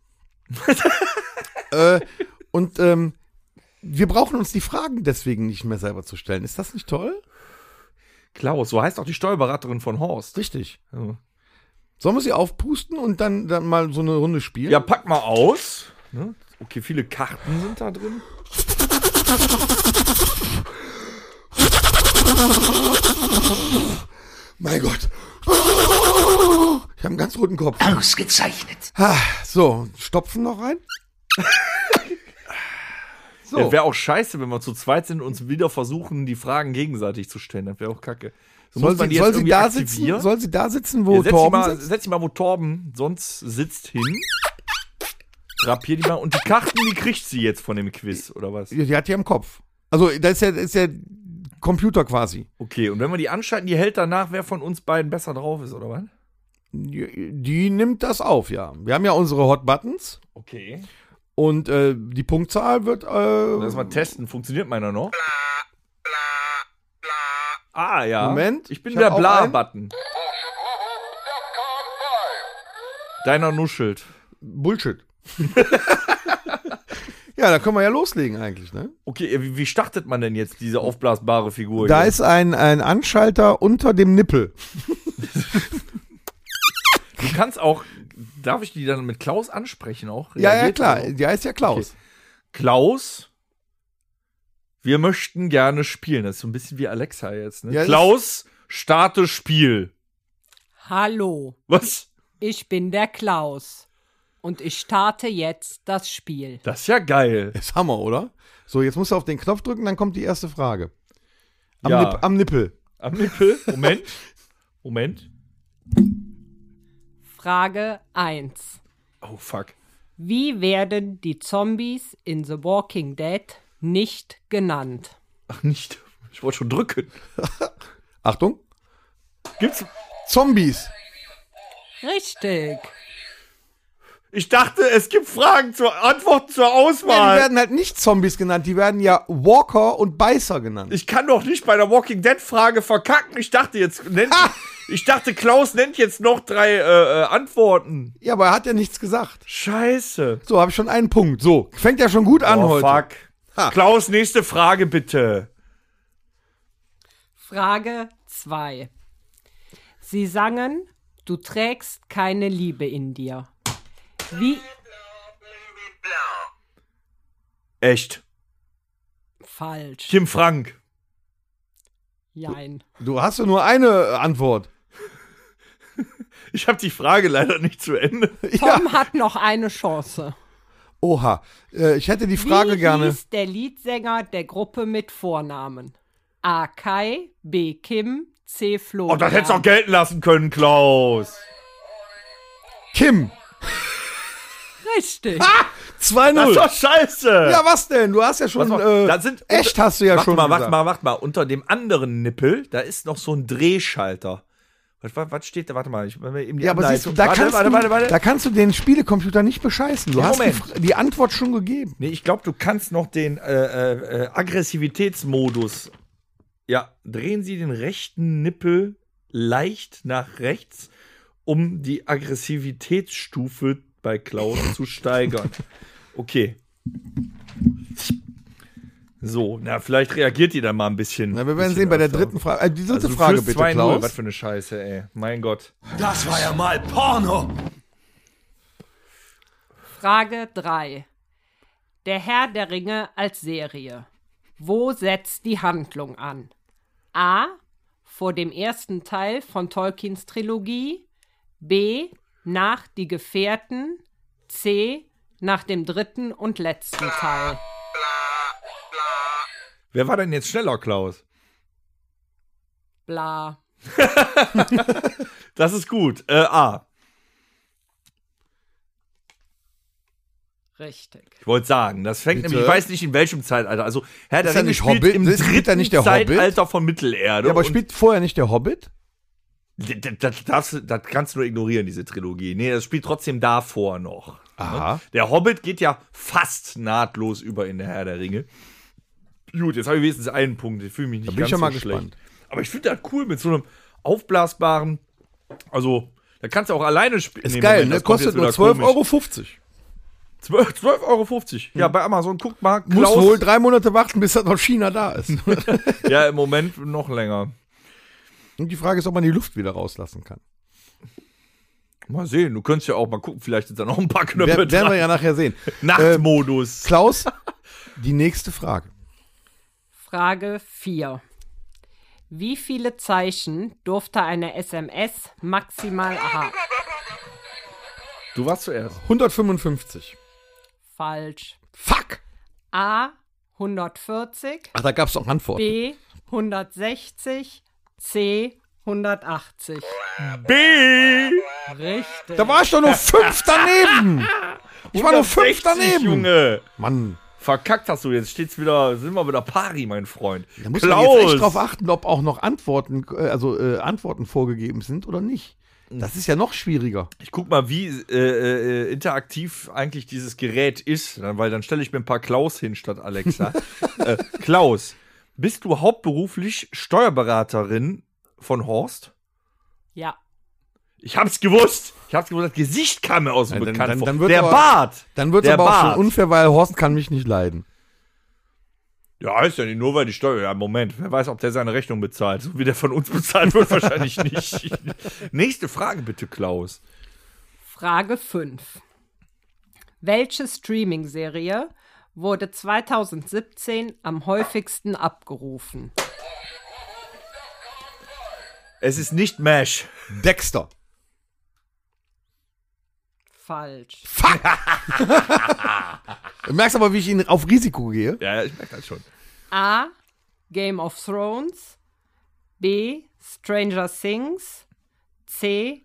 [SPEAKER 2] äh, und ähm, wir brauchen uns die Fragen deswegen nicht mehr selber zu stellen. Ist das nicht toll?
[SPEAKER 3] Klaus, so heißt auch die Steuerberaterin von Horst.
[SPEAKER 2] Richtig.
[SPEAKER 3] Ja.
[SPEAKER 2] Sollen wir sie aufpusten und dann, dann mal so eine Runde spielen?
[SPEAKER 3] Ja, pack mal aus. Ne? Okay, viele Karten sind da drin.
[SPEAKER 2] Mein Gott. Ich habe einen ganz roten Kopf.
[SPEAKER 4] Ausgezeichnet.
[SPEAKER 2] Ah, So, Stopfen noch rein. So,
[SPEAKER 3] Das wäre auch scheiße, wenn wir zu zweit sind und uns wieder versuchen, die Fragen gegenseitig zu stellen. Das wäre auch kacke. So
[SPEAKER 2] soll, sie,
[SPEAKER 3] die jetzt
[SPEAKER 2] soll, sie
[SPEAKER 3] irgendwie
[SPEAKER 2] da
[SPEAKER 3] aktivieren.
[SPEAKER 2] sitzen, soll sie da sitzen,
[SPEAKER 3] Ja,
[SPEAKER 2] wo
[SPEAKER 3] setz, dich
[SPEAKER 2] Torben
[SPEAKER 3] mal,
[SPEAKER 2] sitzt?
[SPEAKER 3] setz dich mal, wo Torben sonst sitzt, hin. Drapier die mal. Und die Karten, die kriegt sie jetzt von dem Quiz, oder was?
[SPEAKER 2] Die, die hat die am Kopf. Also, da ist ja, ist ja Computer quasi.
[SPEAKER 3] Okay, und wenn wir die anschalten, die hält danach, wer von uns beiden besser drauf ist, oder was?
[SPEAKER 2] Die, die nimmt das auf, ja. Wir haben ja unsere Hot Buttons
[SPEAKER 3] Okay.
[SPEAKER 2] und äh, die Punktzahl wird.
[SPEAKER 3] Lass mal
[SPEAKER 2] Äh,
[SPEAKER 3] testen, funktioniert meiner noch? Ah, ja.
[SPEAKER 2] Moment,
[SPEAKER 3] Ich bin
[SPEAKER 2] ich hab
[SPEAKER 3] der
[SPEAKER 2] auch
[SPEAKER 3] Bla-Button. Deiner nuschelt.
[SPEAKER 2] Bullshit. ja, da können wir ja loslegen eigentlich, ne?
[SPEAKER 3] Okay, äh, wie, wie startet man denn jetzt diese aufblasbare Figur?
[SPEAKER 2] Da
[SPEAKER 3] hier?
[SPEAKER 2] ist ein, ein Anschalter unter dem Nippel.
[SPEAKER 3] du kannst auch. Darf ich die dann mit Klaus ansprechen auch?
[SPEAKER 2] Ja, ja,
[SPEAKER 3] Reagiert
[SPEAKER 2] klar.
[SPEAKER 3] die auch?
[SPEAKER 2] Die heißt ja Klaus.
[SPEAKER 3] Klaus, Wir möchten gerne spielen. Das ist so ein bisschen wie Alexa jetzt. Ne?
[SPEAKER 2] Ja,
[SPEAKER 3] Klaus, starte Spiel.
[SPEAKER 7] Hallo,
[SPEAKER 3] Was?
[SPEAKER 7] ich bin der Klaus. Und ich starte jetzt das Spiel.
[SPEAKER 3] Das ist ja geil.
[SPEAKER 2] Ist Hammer, oder? So, jetzt musst du auf den Knopf drücken, dann kommt die erste Frage. Am,
[SPEAKER 3] Ja.
[SPEAKER 2] Nipp, am Nippel.
[SPEAKER 3] Am Nippel. Moment. Moment.
[SPEAKER 7] Frage 1.
[SPEAKER 3] Oh, fuck.
[SPEAKER 7] Wie werden die Zombies in The Walking Dead nicht genannt?
[SPEAKER 3] Ach, nicht. Ich wollte schon drücken.
[SPEAKER 2] Achtung.
[SPEAKER 3] Gibt's.
[SPEAKER 2] Zombies.
[SPEAKER 7] Richtig.
[SPEAKER 3] Ich dachte, es gibt Fragen zur Antworten zur
[SPEAKER 2] Ja, die
[SPEAKER 3] Auswahl.
[SPEAKER 2] werden halt nicht Zombies genannt, die werden ja Walker und Beißer genannt.
[SPEAKER 3] Ich kann doch nicht bei der Walking Dead Frage verkacken. Ich dachte jetzt nennt, ich dachte Klaus nennt jetzt noch drei äh, äh, Antworten.
[SPEAKER 2] Ja, aber er hat ja nichts gesagt.
[SPEAKER 3] Scheiße.
[SPEAKER 2] So, habe ich schon einen Punkt. So, fängt ja schon gut an
[SPEAKER 3] Oh
[SPEAKER 2] heute.
[SPEAKER 3] fuck. Klaus, nächste Frage bitte.
[SPEAKER 7] Frage 2. Sie sangen, du trägst keine Liebe in dir. Wie
[SPEAKER 3] Echt.
[SPEAKER 7] falsch?
[SPEAKER 3] Kim Frank.
[SPEAKER 7] Jein.
[SPEAKER 2] Du hast ja nur eine äh, Antwort.
[SPEAKER 3] Ich habe die Frage leider nicht zu Ende.
[SPEAKER 7] Tom hat noch eine Chance.
[SPEAKER 2] Oha. Äh, ich hätte die Frage
[SPEAKER 7] Wie
[SPEAKER 2] gerne.
[SPEAKER 7] hieß der Leadsänger der Gruppe mit Vornamen? A. Kai, B. Kim, C. Flo.
[SPEAKER 3] Oh, das hättest du auch gelten lassen können, Klaus.
[SPEAKER 2] Kim.
[SPEAKER 7] Richtig.
[SPEAKER 3] Das ist
[SPEAKER 2] 2-0.
[SPEAKER 3] doch scheiße.
[SPEAKER 2] Ja, was denn? Du hast ja schon.
[SPEAKER 3] Pass mal,
[SPEAKER 2] äh,
[SPEAKER 3] da sind
[SPEAKER 2] echt hast du ja
[SPEAKER 3] warte
[SPEAKER 2] schon.
[SPEAKER 3] Mal, warte
[SPEAKER 2] gesagt.
[SPEAKER 3] mal, warte mal. Unter dem anderen Nippel, da ist noch so ein Drehschalter. Was, was, was steht da? Warte mal, ich mach mir eben die
[SPEAKER 2] Ja, aber siehst du,
[SPEAKER 3] Anleitung.
[SPEAKER 2] da,
[SPEAKER 3] warte,
[SPEAKER 2] kannst
[SPEAKER 3] warte,
[SPEAKER 2] du,
[SPEAKER 3] warte, warte.
[SPEAKER 2] da kannst du den Spielecomputer nicht bescheißen. Du
[SPEAKER 3] Ja,
[SPEAKER 2] hast die,
[SPEAKER 3] Moment.
[SPEAKER 2] Fra- die Antwort schon gegeben.
[SPEAKER 3] Nee, ich glaube, du kannst noch den äh, äh, äh, Aggressivitätsmodus. Ja, drehen Sie den rechten Nippel leicht nach rechts, um die Aggressivitätsstufe bei Klaus zu steigern. Okay. So, na, vielleicht reagiert die dann mal ein bisschen.
[SPEAKER 2] Na, wir werden
[SPEAKER 3] bisschen
[SPEAKER 2] sehen bei der
[SPEAKER 3] öfter.
[SPEAKER 2] dritten Frage. Äh, die dritte
[SPEAKER 3] Also du
[SPEAKER 2] Frage
[SPEAKER 3] führst
[SPEAKER 2] bitte,
[SPEAKER 3] 2-0.
[SPEAKER 2] Klaus.
[SPEAKER 3] Was für eine Scheiße, ey. Mein Gott.
[SPEAKER 5] Das war ja mal Porno.
[SPEAKER 7] Frage 3. Der Herr der Ringe als Serie. Wo setzt die Handlung an? A. Vor dem ersten Teil von Tolkiens Trilogie. B. Nach Die Gefährten. C. Nach dem dritten und letzten Teil.
[SPEAKER 3] Wer war denn jetzt schneller, Klaus?
[SPEAKER 7] Bla.
[SPEAKER 3] Das ist gut. Äh, A.
[SPEAKER 7] Richtig.
[SPEAKER 3] Ich wollte sagen, das fängt
[SPEAKER 2] Bitte?
[SPEAKER 3] nämlich, ich weiß nicht in welchem Zeitalter. Also, Herr der
[SPEAKER 2] Ist er
[SPEAKER 3] Ringe
[SPEAKER 2] nicht
[SPEAKER 3] spielt
[SPEAKER 2] Hobbit?
[SPEAKER 3] im
[SPEAKER 2] Ist- spielt er
[SPEAKER 3] dritten
[SPEAKER 2] nicht der Hobbit?
[SPEAKER 3] Zeitalter von Mittelerde.
[SPEAKER 2] Ja, aber
[SPEAKER 3] und
[SPEAKER 2] spielt vorher nicht der Hobbit?
[SPEAKER 3] d- d- das, darfst du- das kannst du nur ignorieren, diese Trilogie. Nee, das spielt trotzdem davor noch. Ne?
[SPEAKER 2] Aha.
[SPEAKER 3] Der Hobbit geht ja fast nahtlos über in der Herr der Ringe. Gut, jetzt habe ich wenigstens einen Punkt. Ich fühle mich nicht
[SPEAKER 2] Da bin
[SPEAKER 3] ganz
[SPEAKER 2] ich ja mal
[SPEAKER 3] so schlecht.
[SPEAKER 2] gespannt.
[SPEAKER 3] Aber ich finde das cool mit so einem aufblasbaren, also da kannst du auch alleine spielen.
[SPEAKER 2] Ist
[SPEAKER 3] Nee,
[SPEAKER 2] geil,
[SPEAKER 3] Moment,
[SPEAKER 2] ne?
[SPEAKER 3] das kommt
[SPEAKER 2] Kostet
[SPEAKER 3] jetzt
[SPEAKER 2] nur
[SPEAKER 3] wieder
[SPEAKER 2] 12,50
[SPEAKER 3] komisch.
[SPEAKER 2] Euro. Hm.
[SPEAKER 3] 12 12,50 Euro. Ja, bei Amazon, guckt mal.
[SPEAKER 2] Muss
[SPEAKER 3] Klaus-
[SPEAKER 2] wohl drei Monate warten, bis das aus China da ist.
[SPEAKER 3] Ja, im Moment noch länger.
[SPEAKER 2] Und die Frage ist, ob man die Luft wieder rauslassen kann.
[SPEAKER 3] Mal sehen, du könntest ja auch mal gucken, vielleicht sind da noch ein paar Knöpfe
[SPEAKER 2] Wer, Äh, werden wir
[SPEAKER 3] dran.
[SPEAKER 2] ja nachher sehen.
[SPEAKER 3] Nachtmodus.
[SPEAKER 2] Klaus, die nächste Frage.
[SPEAKER 7] Frage 4. Wie viele Zeichen durfte eine SMS maximal haben?
[SPEAKER 3] du warst zuerst.
[SPEAKER 2] 155.
[SPEAKER 7] Falsch.
[SPEAKER 2] Fuck!
[SPEAKER 7] A 140,
[SPEAKER 2] Ach, da gab es auch Antworten.
[SPEAKER 7] B 160, C 180.
[SPEAKER 3] B!
[SPEAKER 7] Richtig.
[SPEAKER 2] Da war ich doch nur fünf daneben! Ich war nur fünf
[SPEAKER 3] 160,
[SPEAKER 2] daneben!
[SPEAKER 3] Junge.
[SPEAKER 2] Mann,
[SPEAKER 3] Verkackt hast du jetzt. Steht's wieder, sind wir wieder pari, mein Freund.
[SPEAKER 2] da muss man jetzt echt drauf achten, ob auch noch Antworten, äh, also äh, Antworten vorgegeben sind oder nicht. Das ist ja noch schwieriger.
[SPEAKER 3] ich guck mal, wie äh, äh, interaktiv eigentlich dieses Gerät ist, dann- weil dann stelle ich mir ein paar Klaus hin statt Alexa. äh, Klaus, bist du hauptberuflich Steuerberaterin von Horst?
[SPEAKER 7] Ja,
[SPEAKER 3] Ich hab's gewusst. Ich hab's gewusst. Das Gesicht kam mir aus dem
[SPEAKER 2] Ja, dann-
[SPEAKER 3] Bekannt
[SPEAKER 2] dann-
[SPEAKER 3] vor.
[SPEAKER 2] dann wird
[SPEAKER 3] Der
[SPEAKER 2] aber-
[SPEAKER 3] Bart.
[SPEAKER 2] Dann wird es
[SPEAKER 3] Der
[SPEAKER 2] aber auch
[SPEAKER 3] Bart.
[SPEAKER 2] schon unfair, weil Horst kann mich nicht leiden.
[SPEAKER 3] Ja, ist ja nicht nur, weil die Steuer. Ja, Moment. Wer weiß, ob der seine Rechnung bezahlt. So wie der von uns bezahlt wird, wahrscheinlich nicht. Nächste Frage bitte, Klaus.
[SPEAKER 7] Frage 5. Welche Streaming-Serie wurde 2017 am häufigsten abgerufen.
[SPEAKER 3] Es ist nicht Mash.
[SPEAKER 2] Dexter.
[SPEAKER 7] Falsch.
[SPEAKER 2] Du merkst aber, wie ich ihn auf Risiko gehe.
[SPEAKER 3] Ja, ich merke das schon.
[SPEAKER 7] A. Game of Thrones. B. Stranger Things. C.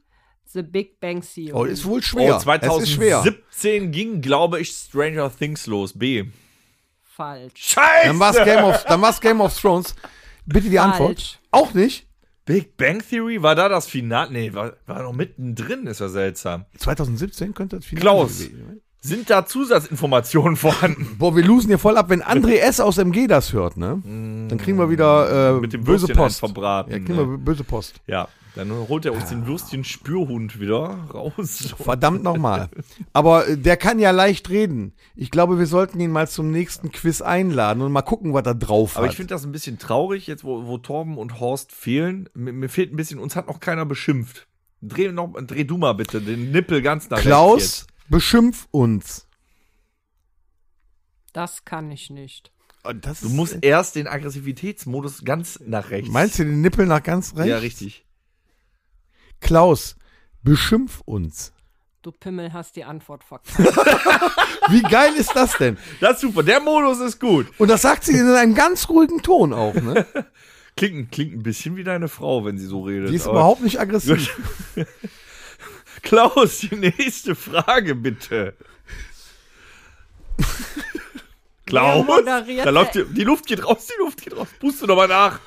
[SPEAKER 7] The Big Bang Theory.
[SPEAKER 2] Oh, ist wohl schwer.
[SPEAKER 3] Oh,
[SPEAKER 2] Es ist schwer.
[SPEAKER 3] 2017 ging, glaube ich, Stranger Things los. B.
[SPEAKER 7] Falsch.
[SPEAKER 3] Scheiße!
[SPEAKER 2] Dann war's Game of, dann war's Game of Thrones. Bitte die Antwort.
[SPEAKER 7] Falsch.
[SPEAKER 2] Auch nicht.
[SPEAKER 3] Big Bang Theory war da das Finale? Nee, war, war noch mittendrin, ist ja seltsam.
[SPEAKER 2] 2017 könnte das Finale
[SPEAKER 3] Klaus,
[SPEAKER 2] gewesen sein.
[SPEAKER 3] sind da Zusatzinformationen vorhanden?
[SPEAKER 2] Boah, wir losen hier voll ab, wenn André S. aus MG das hört, ne? Dann kriegen wir wieder äh,
[SPEAKER 3] Mm. Mit dem
[SPEAKER 2] böse
[SPEAKER 3] Würstchen einen
[SPEAKER 2] Post.
[SPEAKER 3] verbraten,
[SPEAKER 2] ja, kriegen
[SPEAKER 3] ne?
[SPEAKER 2] wir böse Post.
[SPEAKER 3] Ja, dann holt er uns den Würstchen-Spürhund wieder raus.
[SPEAKER 2] Verdammt nochmal. Aber äh, der kann ja leicht reden. Ich glaube, wir sollten ihn mal zum nächsten Quiz einladen und mal gucken, was da drauf
[SPEAKER 3] Aber
[SPEAKER 2] hat.
[SPEAKER 3] ich finde das ein bisschen traurig, jetzt wo, wo Torben und Horst fehlen. Mir, mir fehlt ein bisschen, uns hat noch keiner beschimpft. Dreh, noch, dreh du mal bitte den Nippel ganz nach rechts
[SPEAKER 2] Klaus,
[SPEAKER 3] jetzt.
[SPEAKER 2] beschimpf uns.
[SPEAKER 7] Das kann ich nicht.
[SPEAKER 3] Oh,
[SPEAKER 2] Das
[SPEAKER 3] Du musst erst den Aggressivitätsmodus ganz nach rechts.
[SPEAKER 2] Meinst du den Nippel nach ganz rechts?
[SPEAKER 3] Ja, richtig.
[SPEAKER 2] Klaus, beschimpf uns.
[SPEAKER 7] Du Pimmel hast die Antwort verkackt.
[SPEAKER 2] Wie geil ist das denn?
[SPEAKER 3] Das ist super. Der Modus ist gut.
[SPEAKER 2] Und das sagt sie in einem ganz ruhigen Ton auch, ne?
[SPEAKER 3] Klingt, klingt ein bisschen wie deine Frau, wenn sie so redet.
[SPEAKER 2] Die ist
[SPEAKER 3] aber-
[SPEAKER 2] überhaupt nicht aggressiv.
[SPEAKER 3] Klaus, die nächste Frage bitte. Klaus,
[SPEAKER 7] Wer moderiert
[SPEAKER 3] da läuft die, die Luft geht raus, die Luft geht raus. Puste doch mal nach.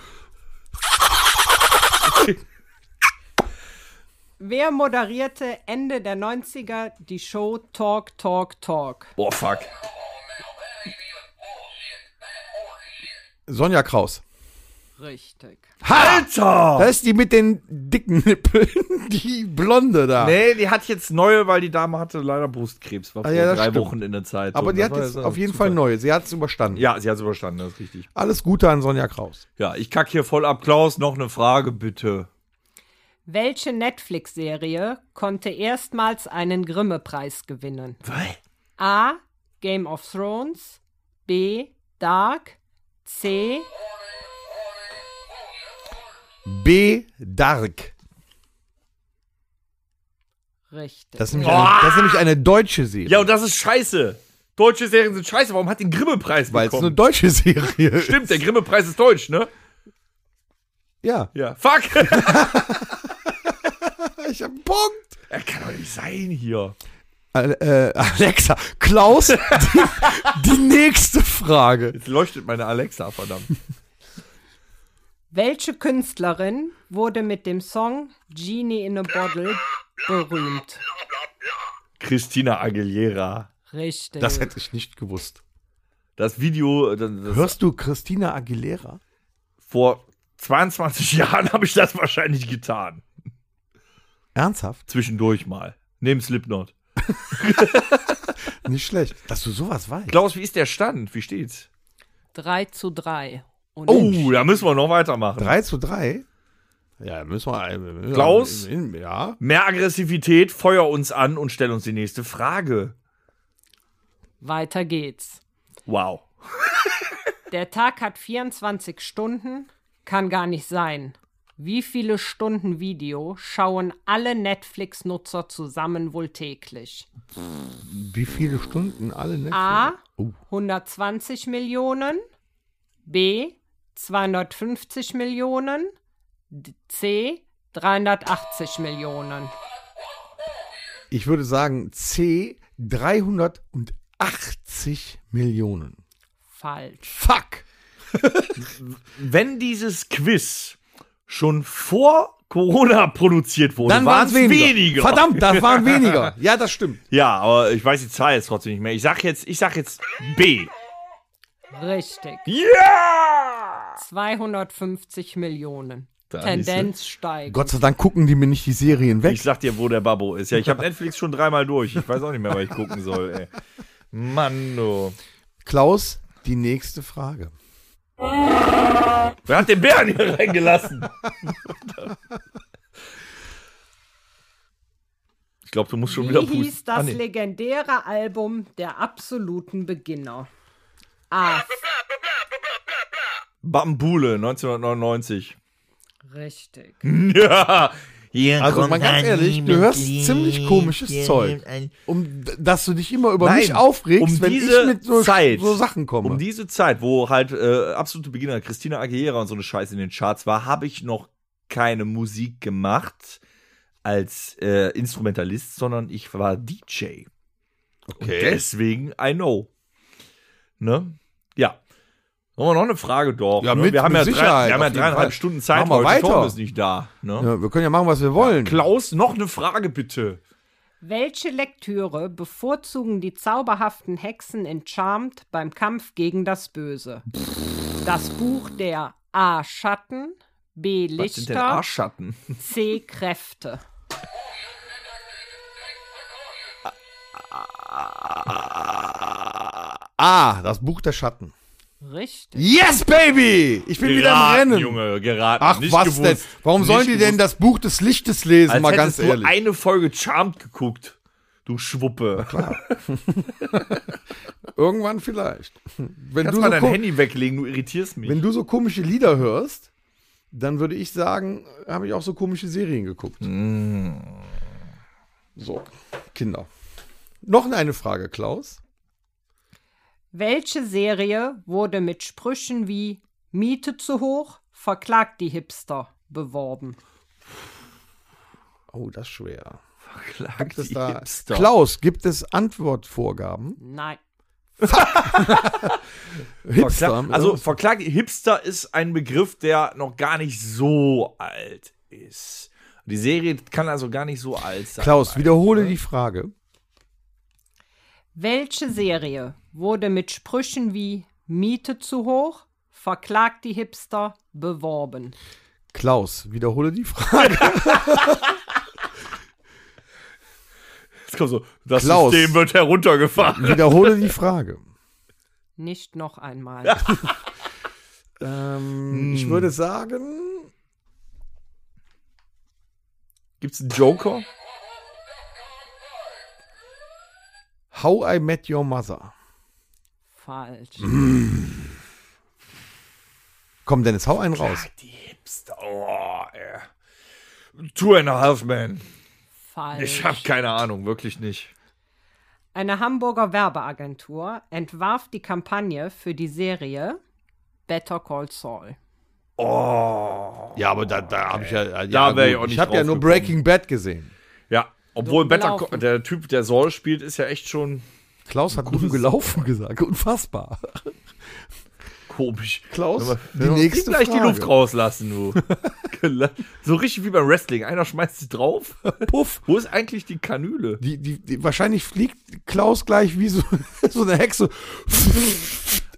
[SPEAKER 7] Wer moderierte Ende der 90er die Show Talk, Talk, Talk?
[SPEAKER 3] Boah, fuck.
[SPEAKER 2] Sonja Kraus.
[SPEAKER 7] Richtig.
[SPEAKER 3] Alter!
[SPEAKER 2] Da ist die mit den dicken Nippeln, die Blonde da.
[SPEAKER 3] Nee, die hat jetzt neue, weil die Dame hatte leider Brustkrebs. War vor
[SPEAKER 2] ja, das
[SPEAKER 3] drei
[SPEAKER 2] stimmt.
[SPEAKER 3] Wochen in der Zeit.
[SPEAKER 2] Aber
[SPEAKER 3] Und
[SPEAKER 2] die
[SPEAKER 3] das
[SPEAKER 2] hat
[SPEAKER 3] war
[SPEAKER 2] jetzt
[SPEAKER 3] ja
[SPEAKER 2] auf jeden
[SPEAKER 3] super.
[SPEAKER 2] Fall neue. Sie hat es überstanden.
[SPEAKER 3] Ja, sie hat es überstanden, das ist richtig.
[SPEAKER 2] Alles Gute an Sonja Kraus.
[SPEAKER 3] Ja, ich kack hier voll ab. Klaus, noch eine Frage bitte.
[SPEAKER 7] Welche Netflix-Serie konnte erstmals einen Grimme-Preis gewinnen?
[SPEAKER 3] Was?
[SPEAKER 7] A. Game of Thrones. B. Dark. C.
[SPEAKER 2] B. Dark.
[SPEAKER 7] Richtig.
[SPEAKER 2] Das ist nämlich, eine, das ist nämlich eine deutsche Serie.
[SPEAKER 3] Ja, und das ist scheiße. Deutsche Serien sind scheiße. Warum hat den Grimme-Preis
[SPEAKER 2] weil es eine
[SPEAKER 3] bekommen?
[SPEAKER 2] deutsche Serie ist.
[SPEAKER 3] Stimmt, der Grimme-Preis ist deutsch, ne?
[SPEAKER 2] Ja.
[SPEAKER 3] Ja. Fuck!
[SPEAKER 2] Ich hab einen Punkt.
[SPEAKER 3] er kann doch nicht sein hier.
[SPEAKER 2] Al- äh, Alexa, Klaus, die, die nächste Frage.
[SPEAKER 3] Jetzt leuchtet meine Alexa, verdammt.
[SPEAKER 7] Welche Künstlerin wurde mit dem Song Genie in a Bottle berühmt?
[SPEAKER 3] Christina Aguilera.
[SPEAKER 7] Richtig.
[SPEAKER 2] Das hätte ich nicht gewusst.
[SPEAKER 3] Das Video, das, das
[SPEAKER 2] Hörst du Christina Aguilera?
[SPEAKER 3] vor 22 Jahren habe ich das wahrscheinlich getan.
[SPEAKER 2] Ernsthaft?
[SPEAKER 3] Zwischendurch mal. Neben Slipknot.
[SPEAKER 2] Nicht schlecht. Dass du sowas weißt.
[SPEAKER 3] Klaus, wie ist der Stand? Wie steht's?
[SPEAKER 7] 3 zu 3. Und
[SPEAKER 3] Oh, da müssen wir noch weitermachen.
[SPEAKER 2] 3 zu 3? Ja, müssen wir. äh,
[SPEAKER 3] Klaus?
[SPEAKER 2] in- Ja.
[SPEAKER 3] Mehr Aggressivität, feuer uns an und stell uns die nächste Frage.
[SPEAKER 7] weiter geht's.
[SPEAKER 3] Wow.
[SPEAKER 7] Der Tag hat 24 Stunden. Kann gar nicht sein. Wie viele Stunden Video schauen alle Netflix-Nutzer zusammen wohl täglich?
[SPEAKER 2] Wie viele Stunden alle Netflix?
[SPEAKER 7] A. 120 Millionen. B. 250 Millionen. D- C. 380 Millionen.
[SPEAKER 2] Ich würde sagen C. 380 Millionen.
[SPEAKER 7] Falsch.
[SPEAKER 2] Fuck!
[SPEAKER 3] wenn dieses Quiz schon vor Corona produziert wurde,
[SPEAKER 2] Dann waren es
[SPEAKER 3] waren's
[SPEAKER 2] weniger. Verdammt, das waren weniger. Ja, das stimmt.
[SPEAKER 3] Ja, aber ich weiß die Zahl jetzt trotzdem nicht mehr. Ich sag jetzt, ich sag jetzt B.
[SPEAKER 7] Richtig.
[SPEAKER 3] Ja!
[SPEAKER 7] 250 Millionen.
[SPEAKER 3] Da
[SPEAKER 7] Tendenz steigt.
[SPEAKER 2] Gott sei Dank gucken die mir nicht die Serien weg.
[SPEAKER 3] Ich sag dir, wo der Babbo ist. Ja, ich habe Netflix schon dreimal durch. Ich weiß auch nicht mehr, was ich gucken soll, ey. Mann, du.
[SPEAKER 2] Klaus, die nächste Frage.
[SPEAKER 3] Wer hat den Bären hier reingelassen? Ich glaube, du musst schon wieder Ah,
[SPEAKER 7] Wie hieß
[SPEAKER 3] pusten. Ah,
[SPEAKER 7] das
[SPEAKER 3] nee.
[SPEAKER 7] legendäre Album der absoluten Beginner? A.
[SPEAKER 3] Bambule, 1999.
[SPEAKER 7] Richtig.
[SPEAKER 3] Ja.
[SPEAKER 2] Also mal ganz ehrlich, du hörst ziemlich komisches Zeug. Um, dass du dich immer über mich aufregst,
[SPEAKER 3] um
[SPEAKER 2] wenn ich
[SPEAKER 3] diese
[SPEAKER 2] mit so,
[SPEAKER 3] Zeit.
[SPEAKER 2] so Sachen komme.
[SPEAKER 3] Um diese Zeit, wo halt äh, absolute Beginner Christina Aguilera und so eine Scheiße in den Charts war, habe ich noch keine Musik gemacht als äh, Instrumentalist, sondern ich war DJ. Okay. deswegen I know. Ne? Ja. Haben wir noch eine Frage doch?
[SPEAKER 2] Ja,
[SPEAKER 3] ne?
[SPEAKER 2] mit-
[SPEAKER 3] wir haben
[SPEAKER 2] mit
[SPEAKER 3] ja, drei,
[SPEAKER 2] Sicherheit,
[SPEAKER 3] wir haben ja
[SPEAKER 2] auf jeden
[SPEAKER 3] dreieinhalb
[SPEAKER 2] Fall.
[SPEAKER 3] Stunden Zeit,
[SPEAKER 2] Machen wir
[SPEAKER 3] heute. Tom
[SPEAKER 2] weiter.
[SPEAKER 3] ist nicht da. Ne?
[SPEAKER 2] ja, wir können ja machen, was wir wollen.
[SPEAKER 3] Klaus, noch eine Frage bitte.
[SPEAKER 7] Welche Lektüre bevorzugen die zauberhaften Hexen in Charmed beim Kampf gegen das Böse? Das Buch der A. Schatten, B.
[SPEAKER 3] Was sind denn
[SPEAKER 7] Lichter,
[SPEAKER 3] Arschschatten?
[SPEAKER 7] C. Kräfte.
[SPEAKER 2] ah, das Buch der Schatten.
[SPEAKER 7] Richtig.
[SPEAKER 2] Yes, Baby! Ich bin wieder im Rennen.
[SPEAKER 3] Junge, geraten.
[SPEAKER 2] Ach,
[SPEAKER 3] nicht
[SPEAKER 2] was
[SPEAKER 3] gewusst,
[SPEAKER 2] denn? Warum
[SPEAKER 3] nicht
[SPEAKER 2] sollen die denn
[SPEAKER 3] gewusst.
[SPEAKER 2] das Buch des Lichtes lesen,
[SPEAKER 3] Als
[SPEAKER 2] mal ganz
[SPEAKER 3] hättest du
[SPEAKER 2] ehrlich?
[SPEAKER 3] eine Folge Charmed geguckt. Du Schwuppe.
[SPEAKER 2] Irgendwann vielleicht. Wenn
[SPEAKER 3] Kannst
[SPEAKER 2] du,
[SPEAKER 3] mal
[SPEAKER 2] so
[SPEAKER 3] dein
[SPEAKER 2] ko-
[SPEAKER 3] Handy weglegen, du irritierst mich.
[SPEAKER 2] wenn du so komische Lieder hörst, dann würde ich sagen, habe ich auch so komische Serien geguckt.
[SPEAKER 3] Mm.
[SPEAKER 2] So, Kinder. Noch eine Frage, Klaus.
[SPEAKER 7] Welche Serie wurde mit Sprüchen wie Miete zu hoch, verklagt die Hipster beworben?
[SPEAKER 2] Oh, das ist schwer.
[SPEAKER 3] Verklagt
[SPEAKER 2] Das
[SPEAKER 3] die
[SPEAKER 2] da.
[SPEAKER 3] Hipster.
[SPEAKER 2] Klaus, gibt es Antwortvorgaben?
[SPEAKER 7] Nein.
[SPEAKER 2] Hipster.
[SPEAKER 3] Verklag- also verklagt Hipster ist ein Begriff, der noch gar nicht so alt ist. Die Serie kann also gar nicht so alt sein.
[SPEAKER 2] Klaus, wiederhole die Frage.
[SPEAKER 7] Welche Serie wurde mit Sprüchen wie Miete zu hoch, verklagt die Hipster beworben?
[SPEAKER 2] Klaus, wiederhole die Frage.
[SPEAKER 3] Jetzt kommt so, das
[SPEAKER 2] Klaus.
[SPEAKER 3] System wird heruntergefahren.
[SPEAKER 2] wiederhole die Frage.
[SPEAKER 7] Nicht noch einmal.
[SPEAKER 3] Hm.
[SPEAKER 2] Ähm, Ich würde sagen,
[SPEAKER 3] Gibt's einen Joker?
[SPEAKER 2] How I Met Your Mother.
[SPEAKER 7] Falsch.
[SPEAKER 2] Komm, Dennis, hau einen raus.
[SPEAKER 3] Die Hipster. Oh, ey. Two and a half man.
[SPEAKER 7] Falsch.
[SPEAKER 3] Ich habe keine Ahnung, wirklich nicht.
[SPEAKER 7] Eine Hamburger Werbeagentur entwarf die Kampagne für die Serie Better Call Saul.
[SPEAKER 2] Ja, aber da, da habe ich ja. ja
[SPEAKER 3] Oh. Da wär ich
[SPEAKER 2] gut.
[SPEAKER 3] auch nicht
[SPEAKER 2] Ich habe ja
[SPEAKER 3] drauf
[SPEAKER 2] nur
[SPEAKER 3] gekommen.
[SPEAKER 2] Breaking Bad gesehen.
[SPEAKER 3] Ja, obwohl
[SPEAKER 7] Dumm
[SPEAKER 3] Better
[SPEAKER 7] gelaufen.
[SPEAKER 3] Co- der Typ, der Saul spielt, ist ja echt schon
[SPEAKER 2] Klaus hat dumm gelaufen gesagt. Unfassbar.
[SPEAKER 3] komisch.
[SPEAKER 2] Klaus,
[SPEAKER 3] Aber-
[SPEAKER 2] die nächste
[SPEAKER 3] gleich die
[SPEAKER 2] Frage.
[SPEAKER 3] Luft rauslassen, du. so richtig wie beim Wrestling. Einer schmeißt sich drauf. Puff. Wo ist eigentlich die Kanüle?
[SPEAKER 2] Die, die, die, wahrscheinlich fliegt Klaus gleich wie so, so eine Hexe.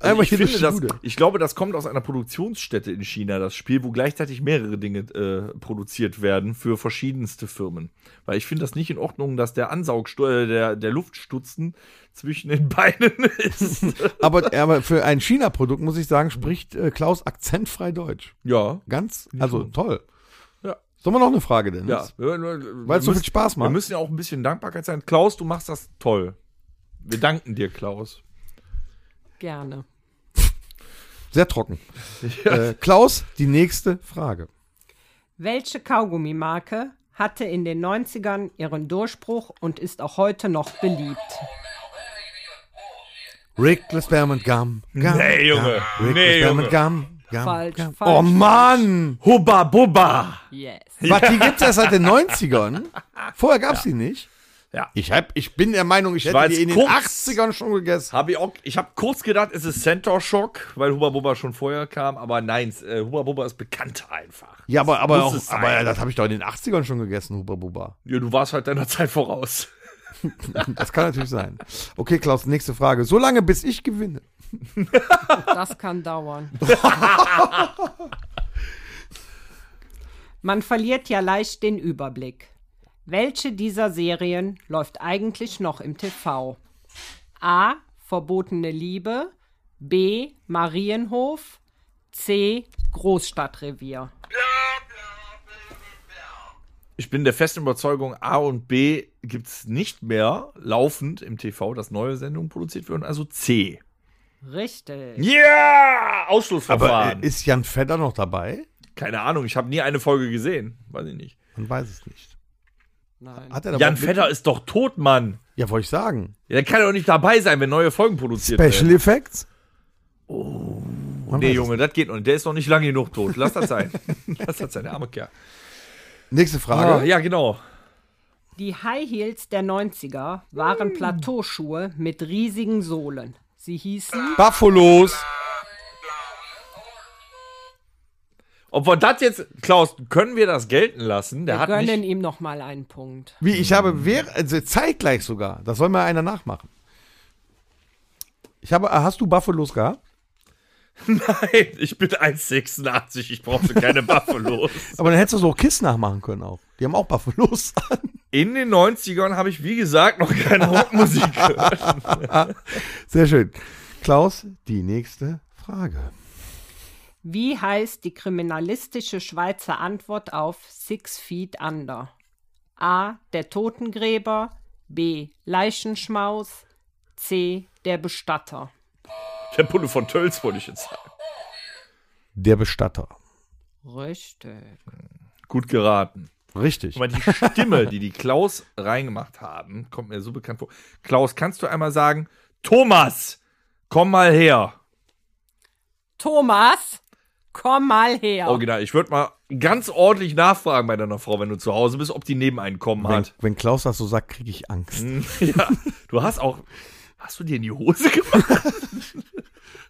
[SPEAKER 3] Also
[SPEAKER 2] Einmal
[SPEAKER 3] ich,
[SPEAKER 2] hier durch
[SPEAKER 3] finde,
[SPEAKER 2] die
[SPEAKER 3] das,
[SPEAKER 2] Bude.
[SPEAKER 3] ich glaube, das kommt aus einer Produktionsstätte in China, das Spiel, wo gleichzeitig mehrere Dinge äh, produziert werden für verschiedenste Firmen. Weil ich finde das nicht in Ordnung, dass der Ansaugstu äh, der, der Luftstutzen zwischen den Beinen ist.
[SPEAKER 2] Aber, aber für ein China-Produkt, muss ich sagen, spricht äh, Klaus akzentfrei Deutsch.
[SPEAKER 3] ja.
[SPEAKER 2] Ganz, also toll.
[SPEAKER 3] Ja.
[SPEAKER 2] Sollen wir noch eine Frage, Dennis?
[SPEAKER 3] Ja.
[SPEAKER 2] Weil
[SPEAKER 3] Weil
[SPEAKER 2] es so viel Spaß
[SPEAKER 3] Wir
[SPEAKER 2] macht.
[SPEAKER 3] müssen ja auch ein bisschen Dankbarkeit sein. Klaus, du machst das toll. Wir danken dir, Klaus.
[SPEAKER 7] Gerne.
[SPEAKER 2] Sehr trocken. Äh, Klaus, die nächste Frage.
[SPEAKER 7] Welche Kaugummimarke hatte in den 90ern ihren Durchbruch und ist auch heute noch beliebt?
[SPEAKER 2] Rickless Spearmint Gum. Gum
[SPEAKER 3] Nee, Junge.
[SPEAKER 2] Gum, Rickless
[SPEAKER 3] Nee,
[SPEAKER 2] Spearmint Gum. Gum,
[SPEAKER 7] Falsch,
[SPEAKER 2] Gum.
[SPEAKER 7] falsch.
[SPEAKER 2] Oh Mann!
[SPEAKER 3] Hubba Bubba!
[SPEAKER 7] Yes.
[SPEAKER 2] Was, die gibt's erst seit den 90ern? Vorher gab's die nicht.
[SPEAKER 3] Ja.
[SPEAKER 2] Ich, hab, ich bin der Meinung, ich hätte
[SPEAKER 3] war
[SPEAKER 2] die
[SPEAKER 3] jetzt
[SPEAKER 2] in den
[SPEAKER 3] kurz.
[SPEAKER 2] 80ern schon gegessen.
[SPEAKER 3] Hab ich auch, ich habe kurz gedacht, es ist Center Shock, weil Hubba Bubba schon vorher kam, aber nein, äh, Hubba Bubba ist bekannt einfach.
[SPEAKER 2] Ja, aber, aber,
[SPEAKER 3] muss
[SPEAKER 2] auch,
[SPEAKER 3] es sein.
[SPEAKER 2] aber das habe ich doch in den 80ern schon gegessen, Huba Buba.
[SPEAKER 3] Ja, du warst halt deiner Zeit voraus.
[SPEAKER 2] Das kann natürlich sein. Okay, Klaus, nächste Frage. So lange, bis ich gewinne.
[SPEAKER 7] Das kann dauern. Man verliert ja leicht den Überblick. Welche dieser Serien läuft eigentlich noch im TV? A. Verbotene Liebe. B. Marienhof. C. Großstadtrevier.
[SPEAKER 3] Ich bin der festen Überzeugung, A und B gibt's nicht mehr laufend im TV, dass neue Sendungen produziert werden, also C.
[SPEAKER 7] Richtig.
[SPEAKER 3] Ja!
[SPEAKER 2] Aber
[SPEAKER 3] Ausschlussverfahren.
[SPEAKER 2] äh, ist Jan Fedder noch dabei?
[SPEAKER 3] Keine Ahnung, ich habe nie eine Folge gesehen. Weiß ich nicht.
[SPEAKER 2] Man weiß es nicht.
[SPEAKER 7] Nein.
[SPEAKER 2] Hat er dabei
[SPEAKER 3] Jan Vetter ist doch tot, Mann.
[SPEAKER 2] Ja, wollte ich sagen.
[SPEAKER 3] Ja, der kann doch nicht dabei sein, wenn neue Folgen produziert
[SPEAKER 2] Special
[SPEAKER 3] werden.
[SPEAKER 2] Effects? Oh,
[SPEAKER 3] Nee, Junge, das geht noch nicht. Der ist noch nicht lange genug tot. Lass das sein. Lass das sein, der arme Kerl.
[SPEAKER 2] Nächste
[SPEAKER 3] Ah,
[SPEAKER 2] Frage.
[SPEAKER 3] ja, genau.
[SPEAKER 7] Die High Heels der 90er
[SPEAKER 3] Mm.
[SPEAKER 7] waren Plateauschuhe mit riesigen Sohlen. Sie
[SPEAKER 3] Ah.
[SPEAKER 7] hießen
[SPEAKER 2] Buffalos.
[SPEAKER 3] Ob wir das jetzt, Klaus, können wir das gelten lassen? Der
[SPEAKER 7] Wir
[SPEAKER 3] hat
[SPEAKER 7] gönnen
[SPEAKER 3] nicht.
[SPEAKER 7] ihm noch mal einen Punkt.
[SPEAKER 2] Wie, ich habe während, also zeitgleich sogar. Das soll mal einer nachmachen. Ich habe, äh, hast du Buffalos gehabt?
[SPEAKER 3] Nein, ich bin 1,86. Ich brauchte keine Buffalos.
[SPEAKER 2] Aber dann hättest du so auch Kiss nachmachen können auch. Die haben auch Buffalos an.
[SPEAKER 3] In den 90ern habe ich, wie gesagt, noch keine Rockmusik gehört.
[SPEAKER 2] Sehr schön. Klaus, die nächste Frage.
[SPEAKER 7] Wie heißt die kriminalistische Schweizer Antwort auf Six Feet Under? A. Der Totengräber. B. Leichenschmaus. C. Der Bestatter.
[SPEAKER 3] Der Bulle von Tölz, wollte ich jetzt sagen.
[SPEAKER 2] Der Bestatter.
[SPEAKER 7] Richtig.
[SPEAKER 3] Gut geraten.
[SPEAKER 2] Richtig.
[SPEAKER 3] Aber die Stimme, die die Klaus reingemacht haben, kommt mir so bekannt vor. Klaus, kannst du einmal sagen, Thomas, komm mal her.
[SPEAKER 7] Thomas, komm mal her.
[SPEAKER 3] Original, ich würde mal ganz ordentlich nachfragen bei deiner Frau, wenn du zu Hause bist, ob die Nebeneinkommen
[SPEAKER 2] Wenn,
[SPEAKER 3] hat.
[SPEAKER 2] wenn Klaus das so sagt, kriege ich Angst.
[SPEAKER 3] Mhm. ja, du hast auch, hast du dir in die Hose gemacht?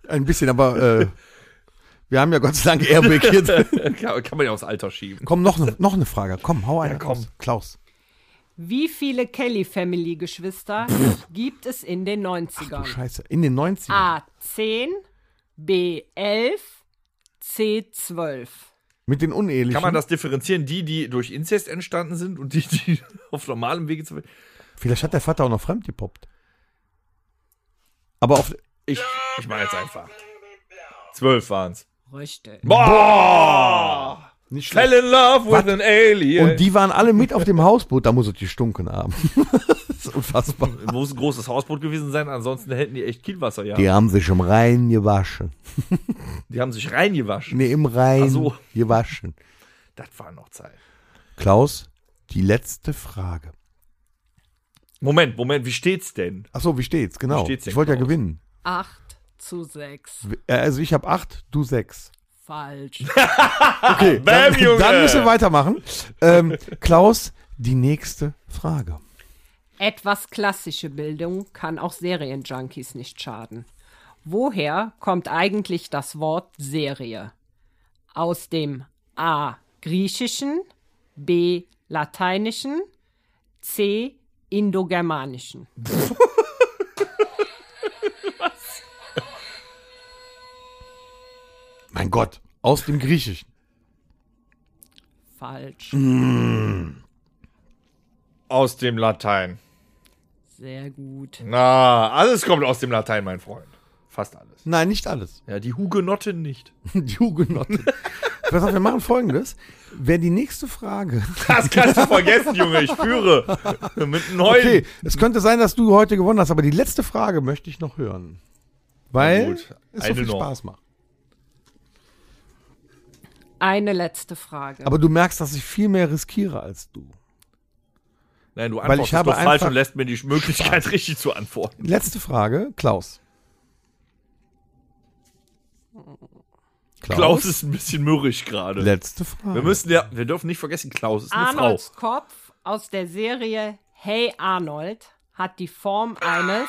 [SPEAKER 2] Ein bisschen, aber äh, wir haben ja Gott sei Dank Airbag hier.
[SPEAKER 3] kann, kann man ja aufs Alter schieben.
[SPEAKER 2] komm, noch, ne- noch eine Frage. Komm, hau eine.
[SPEAKER 3] Ja, komm.
[SPEAKER 2] raus. Klaus.
[SPEAKER 7] Wie viele Kelly Family Geschwister gibt es in den 90ern?
[SPEAKER 2] Scheiße. In den 90ern.
[SPEAKER 7] A. 10. B. 11. C. 12.
[SPEAKER 2] Mit den Unehelichen.
[SPEAKER 3] Kann man das differenzieren, die, die durch Inzest entstanden sind und die, die auf normalem Wege zu.
[SPEAKER 2] Vielleicht hat der Vater auch noch fremd gepoppt. Aber auf.
[SPEAKER 3] Ich, ich mache jetzt einfach. Zwölf waren's.
[SPEAKER 7] Richtig.
[SPEAKER 3] Boah!
[SPEAKER 2] Nicht
[SPEAKER 3] Fell in love with an alien.
[SPEAKER 2] Und die waren alle mit auf dem Hausboot, da muss es die stunken haben. das ist unfassbar.
[SPEAKER 3] muss ein großes Hausboot gewesen sein, ansonsten hätten die echt Kielwasser, ja.
[SPEAKER 2] Die haben sich im Rhein gewaschen.
[SPEAKER 3] Die haben sich reingewaschen.
[SPEAKER 2] Nee, im Rhein
[SPEAKER 3] Ach so.
[SPEAKER 2] gewaschen.
[SPEAKER 3] Das war noch Zeit.
[SPEAKER 2] Klaus, die letzte Frage.
[SPEAKER 3] Moment, Moment, wie steht's denn?
[SPEAKER 2] Achso, wie steht's? Genau.
[SPEAKER 3] Wie steht's denn,
[SPEAKER 2] ich wollte ja
[SPEAKER 3] Klaus?
[SPEAKER 2] gewinnen.
[SPEAKER 7] 8 zu 6.
[SPEAKER 2] Äh, Also ich habe acht, du sechs.
[SPEAKER 7] Falsch.
[SPEAKER 2] Okay,
[SPEAKER 3] Ah, Bam,
[SPEAKER 2] dann,
[SPEAKER 3] Junge!
[SPEAKER 2] dann müssen wir weitermachen. Ähm, Klaus, die nächste Frage.
[SPEAKER 7] Etwas klassische Bildung kann auch Serienjunkies nicht schaden. Woher kommt eigentlich das Wort Serie? Aus dem A. Griechischen, B. Lateinischen, C. Indogermanischen.
[SPEAKER 2] Mein Gott, aus dem Griechischen.
[SPEAKER 7] Falsch.
[SPEAKER 3] Aus dem Latein.
[SPEAKER 7] Sehr gut.
[SPEAKER 3] Na, alles kommt aus dem Latein, mein Freund. Fast alles.
[SPEAKER 2] Nein, nicht alles.
[SPEAKER 3] Ja, die Hugenotten nicht.
[SPEAKER 2] Die Hugenotten. Pass auf, wir machen folgendes. Wer die nächste Frage.
[SPEAKER 3] Das kannst du vergessen, Junge, ich führe. Mit neun.
[SPEAKER 2] Okay, es könnte sein, dass du heute gewonnen hast, aber die letzte Frage möchte ich noch hören.
[SPEAKER 3] Na
[SPEAKER 2] Weil
[SPEAKER 3] gut,
[SPEAKER 2] es so
[SPEAKER 3] eine
[SPEAKER 2] viel
[SPEAKER 3] noch.
[SPEAKER 2] Spaß macht.
[SPEAKER 7] Eine letzte Frage.
[SPEAKER 2] Aber du merkst, dass ich viel mehr riskiere als du.
[SPEAKER 3] Nein, du
[SPEAKER 2] Weil
[SPEAKER 3] antwortest
[SPEAKER 2] ich habe
[SPEAKER 3] doch falsch
[SPEAKER 2] einfach-
[SPEAKER 3] und lässt mir die Möglichkeit, richtig zu antworten.
[SPEAKER 2] Letzte Frage, Klaus.
[SPEAKER 3] Klaus ist ein bisschen mürrisch gerade.
[SPEAKER 2] Letzte Frage.
[SPEAKER 3] Wir müssen ja, wir dürfen nicht vergessen, Klaus ist eine
[SPEAKER 7] Arnolds
[SPEAKER 3] Frau.
[SPEAKER 7] Kopf aus der Serie Hey Arnold hat die Form eines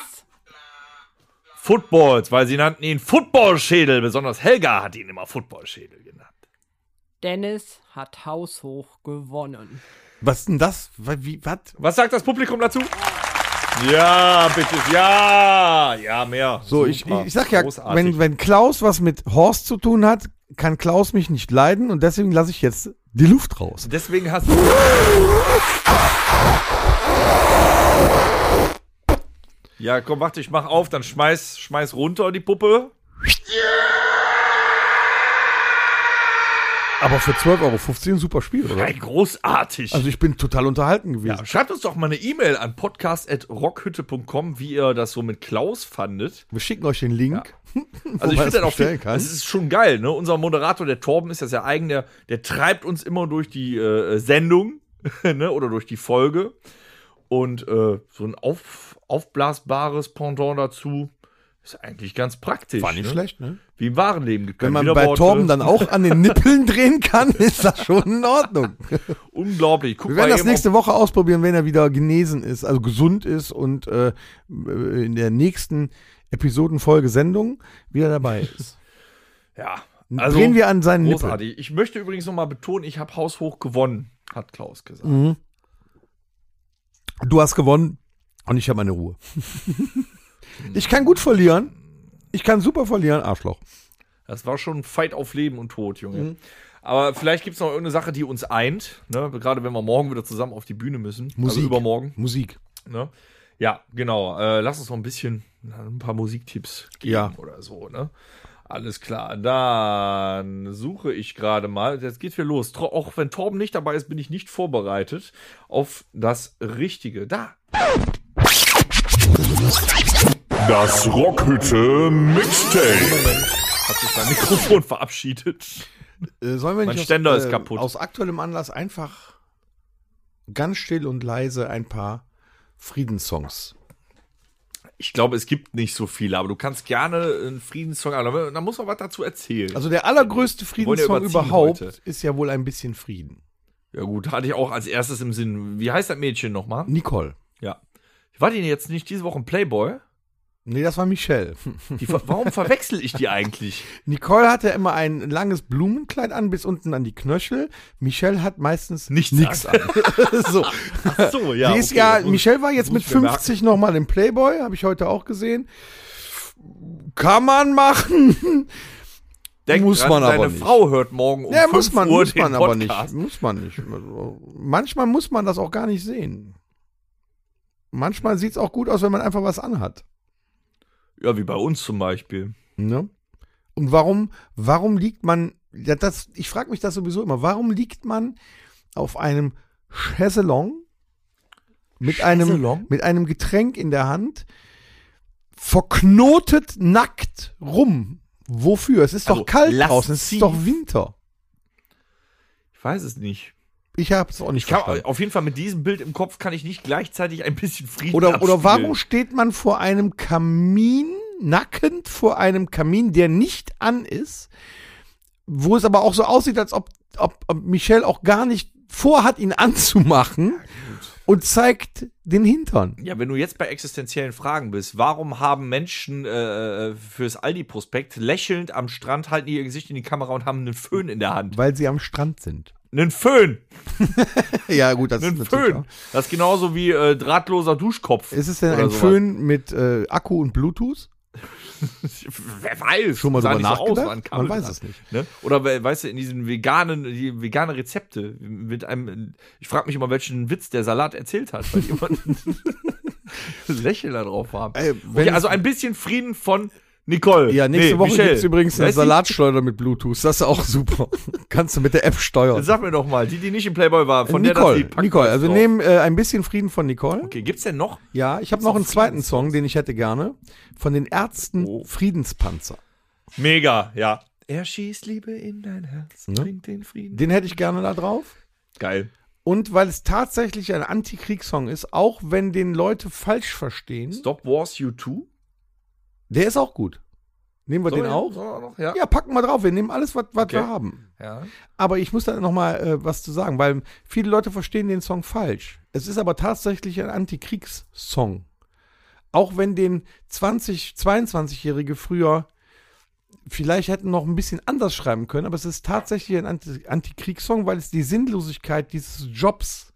[SPEAKER 3] Footballs, weil sie nannten ihn Footballschädel. Besonders Helga hat ihn immer Footballschädel genannt.
[SPEAKER 7] Dennis hat haushoch gewonnen.
[SPEAKER 2] Was ist denn das? Wa- Wie, was?
[SPEAKER 3] Was sagt das Publikum dazu? Ja, bitte. Ja, ja, mehr.
[SPEAKER 2] So, ich,
[SPEAKER 3] Super.
[SPEAKER 2] ich sag ja,
[SPEAKER 3] Großartig.
[SPEAKER 2] wenn, wenn Klaus was mit Horst zu tun hat, kann Klaus mich nicht leiden und deswegen lasse ich jetzt die Luft raus.
[SPEAKER 3] Deswegen hast Ja, komm, warte, ich mach auf, dann schmeiß, schmeiß runter die Puppe.
[SPEAKER 2] Aber für 12,50 Euro ein super Spiel, oder?
[SPEAKER 3] Ey, großartig.
[SPEAKER 2] Also ich bin total unterhalten gewesen.
[SPEAKER 3] ja, schreibt uns doch mal eine E-Mail an podcast.rockhütte.com, wie ihr das so mit Klaus fandet.
[SPEAKER 2] Wir schicken euch den Link.
[SPEAKER 3] Also ich
[SPEAKER 2] man
[SPEAKER 3] finde
[SPEAKER 2] das
[SPEAKER 3] das auch
[SPEAKER 2] bestellen
[SPEAKER 3] viel,
[SPEAKER 2] kann.
[SPEAKER 3] das ist schon geil, ne? Unser Moderator, der Torben, ist das ja eigen, der, der treibt uns immer durch die äh, Sendung, ne? Oder durch die Folge. Und äh, so ein auf, aufblasbares Pendant dazu ist eigentlich ganz praktisch.
[SPEAKER 2] War nicht
[SPEAKER 3] ne?
[SPEAKER 2] schlecht, ne?
[SPEAKER 3] Wie im wahren Leben
[SPEAKER 2] Wenn
[SPEAKER 3] können
[SPEAKER 2] man bei
[SPEAKER 3] Widerworte.
[SPEAKER 2] Torben dann auch an den Nippeln drehen kann, ist das schon in Ordnung.
[SPEAKER 3] Unglaublich. Guck
[SPEAKER 2] Wir werden
[SPEAKER 3] mal
[SPEAKER 2] das
[SPEAKER 3] eben, ob-
[SPEAKER 2] nächste Woche ausprobieren, wenn er wieder genesen ist, also gesund ist und äh, in der nächsten Episodenfolge Sendung wieder dabei ist.
[SPEAKER 3] Ja. also
[SPEAKER 2] Drehen wir an seinen Nippel.
[SPEAKER 3] Großartig. Ich möchte übrigens nochmal betonen, ich habe haushoch gewonnen, hat Klaus gesagt.
[SPEAKER 2] Du hast gewonnen und ich habe meine Ruhe. ich kann gut verlieren. Ich kann super verlieren, Arschloch.
[SPEAKER 3] Das war schon ein Fight auf Leben und Tod, Junge.
[SPEAKER 2] Mhm.
[SPEAKER 3] Aber vielleicht gibt es noch irgendeine Sache, die uns eint. Ne? Gerade wenn wir morgen wieder zusammen auf die Bühne müssen.
[SPEAKER 2] Musik.
[SPEAKER 3] Also übermorgen.
[SPEAKER 2] Musik.
[SPEAKER 3] Ne? Ja, genau. Äh, lass uns noch ein bisschen na, ein paar Musiktipps geben
[SPEAKER 2] Ja.
[SPEAKER 3] oder so. Ne? Alles klar. Dann suche ich gerade mal. Jetzt geht's wieder los. Tro auch wenn Torben nicht dabei ist, bin ich nicht vorbereitet auf das Richtige. Da.
[SPEAKER 1] Das Rockhütte Mixtape.
[SPEAKER 3] Hat sich mein Mikrofon verabschiedet.
[SPEAKER 2] Äh, sollen wir
[SPEAKER 3] Mein
[SPEAKER 2] nicht
[SPEAKER 3] Ständer
[SPEAKER 2] aus,
[SPEAKER 3] ist kaputt.
[SPEAKER 2] aus aktuellem Anlass einfach ganz still und leise ein paar Friedenssongs
[SPEAKER 3] Ich glaube, es gibt nicht so viele, aber du kannst gerne einen Friedenssong. Aber da muss man was dazu erzählen.
[SPEAKER 2] Also der allergrößte
[SPEAKER 3] wollen ja
[SPEAKER 2] Friedenssong
[SPEAKER 3] überziehen
[SPEAKER 2] überhaupt
[SPEAKER 3] heute.
[SPEAKER 2] ist ja wohl ein bisschen Frieden.
[SPEAKER 3] ja, gut, hatte ich auch als erstes im Sinn. Wie heißt das Mädchen nochmal?
[SPEAKER 2] Nicole.
[SPEAKER 3] Ja. War die denn jetzt nicht diese Woche ein Playboy?
[SPEAKER 2] Nee, das war Michelle.
[SPEAKER 3] Die, ver- warum verwechsel ich die eigentlich?
[SPEAKER 2] Nicole hatte immer ein langes Blumenkleid an, bis unten an die Knöchel. Michelle hat meistens
[SPEAKER 3] Nichts
[SPEAKER 2] an. so.
[SPEAKER 3] Ach so, ja.
[SPEAKER 2] die ist
[SPEAKER 3] okay,
[SPEAKER 2] ja,
[SPEAKER 3] das muss-
[SPEAKER 2] Michelle war jetzt
[SPEAKER 3] muss
[SPEAKER 2] mit
[SPEAKER 3] ich mir merken.
[SPEAKER 2] 50 nochmal im Playboy, habe ich heute auch gesehen. Kann man machen.
[SPEAKER 3] Denk
[SPEAKER 2] muss
[SPEAKER 3] dran,
[SPEAKER 2] man
[SPEAKER 3] deine
[SPEAKER 2] aber nicht.
[SPEAKER 3] Frau hört morgen um
[SPEAKER 2] ja,
[SPEAKER 3] 5
[SPEAKER 2] muss man,
[SPEAKER 3] Uhr
[SPEAKER 2] muss
[SPEAKER 3] den
[SPEAKER 2] man aber
[SPEAKER 3] Podcast.
[SPEAKER 2] nicht. Muss man nicht. Also, Manchmal muss man das auch gar nicht sehen. Manchmal sieht es auch gut aus, wenn man einfach was anhat.
[SPEAKER 3] Ja, wie bei uns zum Beispiel.
[SPEAKER 2] Ne? Und warum, warum liegt man, ja, das, ich frage mich das sowieso immer, warum liegt man auf einem Chaiselong mit einem,
[SPEAKER 3] Chaiselong?
[SPEAKER 2] mit einem Getränk in der Hand, verknotet nackt rum? Wofür? Es ist doch
[SPEAKER 3] Also,
[SPEAKER 2] kalt
[SPEAKER 3] lasziv.
[SPEAKER 2] draußen, es ist doch Winter.
[SPEAKER 3] Ich weiß es nicht.
[SPEAKER 2] Ich habe es auch nicht
[SPEAKER 3] Ich kann,
[SPEAKER 2] verstanden.
[SPEAKER 3] auf jeden Fall mit diesem Bild im Kopf kann ich nicht gleichzeitig ein bisschen Frieden
[SPEAKER 2] Oder,
[SPEAKER 3] abspielen.
[SPEAKER 2] oder warum steht man vor einem Kamin, nackend vor einem Kamin, der nicht an ist, wo es aber auch so aussieht, als ob, ob, ob Michelle auch gar nicht vorhat, ihn anzumachen und zeigt den Hintern.
[SPEAKER 3] Ja, wenn du jetzt bei existenziellen Fragen bist, warum haben Menschen äh, fürs Aldi-Prospekt lächelnd am Strand halten ihr Gesicht in die Kamera und haben einen Föhn in der Hand?
[SPEAKER 2] Weil sie am Strand sind.
[SPEAKER 3] Einen Föhn!
[SPEAKER 2] Ja, gut, das
[SPEAKER 3] Einen Föhn! Das ist genauso wie äh, drahtloser Duschkopf.
[SPEAKER 2] Ist es denn
[SPEAKER 3] Oder
[SPEAKER 2] ein
[SPEAKER 3] sowas.
[SPEAKER 2] Föhn mit äh, Akku und Bluetooth?
[SPEAKER 3] Wer weiß,
[SPEAKER 2] Schon mal
[SPEAKER 3] sah
[SPEAKER 2] drüber
[SPEAKER 3] nicht so aus,
[SPEAKER 2] nachgedacht?
[SPEAKER 3] war ein Kabel
[SPEAKER 2] Man weiß
[SPEAKER 3] dran,
[SPEAKER 2] es nicht.
[SPEAKER 3] Ne? Oder we- weißt du, in diesen veganen, die vegane Rezepte mit einem, ich frage mich immer, welchen Witz der Salat erzählt hat, weil jemand ein Lächeln da drauf war.
[SPEAKER 2] Ey, wenn
[SPEAKER 3] Okay, also
[SPEAKER 2] es-
[SPEAKER 3] ein bisschen Frieden von Nicole.
[SPEAKER 2] Ja, nächste
[SPEAKER 3] Nee,
[SPEAKER 2] Woche
[SPEAKER 3] Michelle.
[SPEAKER 2] gibt's übrigens eine
[SPEAKER 3] Weißt du,
[SPEAKER 2] Salatschleuder mit Bluetooth. Das ist auch super. Kannst du mit der App steuern.
[SPEAKER 3] Sag mir doch mal, die, die nicht im Playboy war, von der das
[SPEAKER 2] Nicole,
[SPEAKER 3] Lied packt
[SPEAKER 2] Nicole,
[SPEAKER 3] man
[SPEAKER 2] also
[SPEAKER 3] drauf.
[SPEAKER 2] nehmen äh, ein bisschen Frieden von Nicole.
[SPEAKER 3] Okay, gibt's denn noch?
[SPEAKER 2] Ja, ich habe noch einen zweiten Song, den ich hätte gerne. Von den Ärzten Friedenspanzer.
[SPEAKER 3] Mega, ja. Er schießt Liebe in dein Herz, bringt den Frieden.
[SPEAKER 2] Den hätte ich gerne da drauf.
[SPEAKER 3] Geil.
[SPEAKER 2] Und weil es tatsächlich ein Antikriegssong ist, auch wenn den Leute falsch verstehen,
[SPEAKER 3] Stop Wars U2?
[SPEAKER 2] der ist auch gut. Nehmen wir
[SPEAKER 3] Sollen
[SPEAKER 2] den
[SPEAKER 3] wir-
[SPEAKER 2] auch?
[SPEAKER 3] sollen wir noch? Ja.
[SPEAKER 2] Ja, packen wir drauf. Wir nehmen alles, was was wir haben.
[SPEAKER 3] ja.
[SPEAKER 2] Aber ich muss da noch mal äh, was zu sagen, weil viele Leute verstehen den Song falsch. Es ist aber tatsächlich ein Antikriegssong. Auch wenn den 20, 22-Jährige früher vielleicht hätten noch ein bisschen anders schreiben können, aber es ist tatsächlich ein Anti Antikriegssong, weil es die Sinnlosigkeit dieses Jobs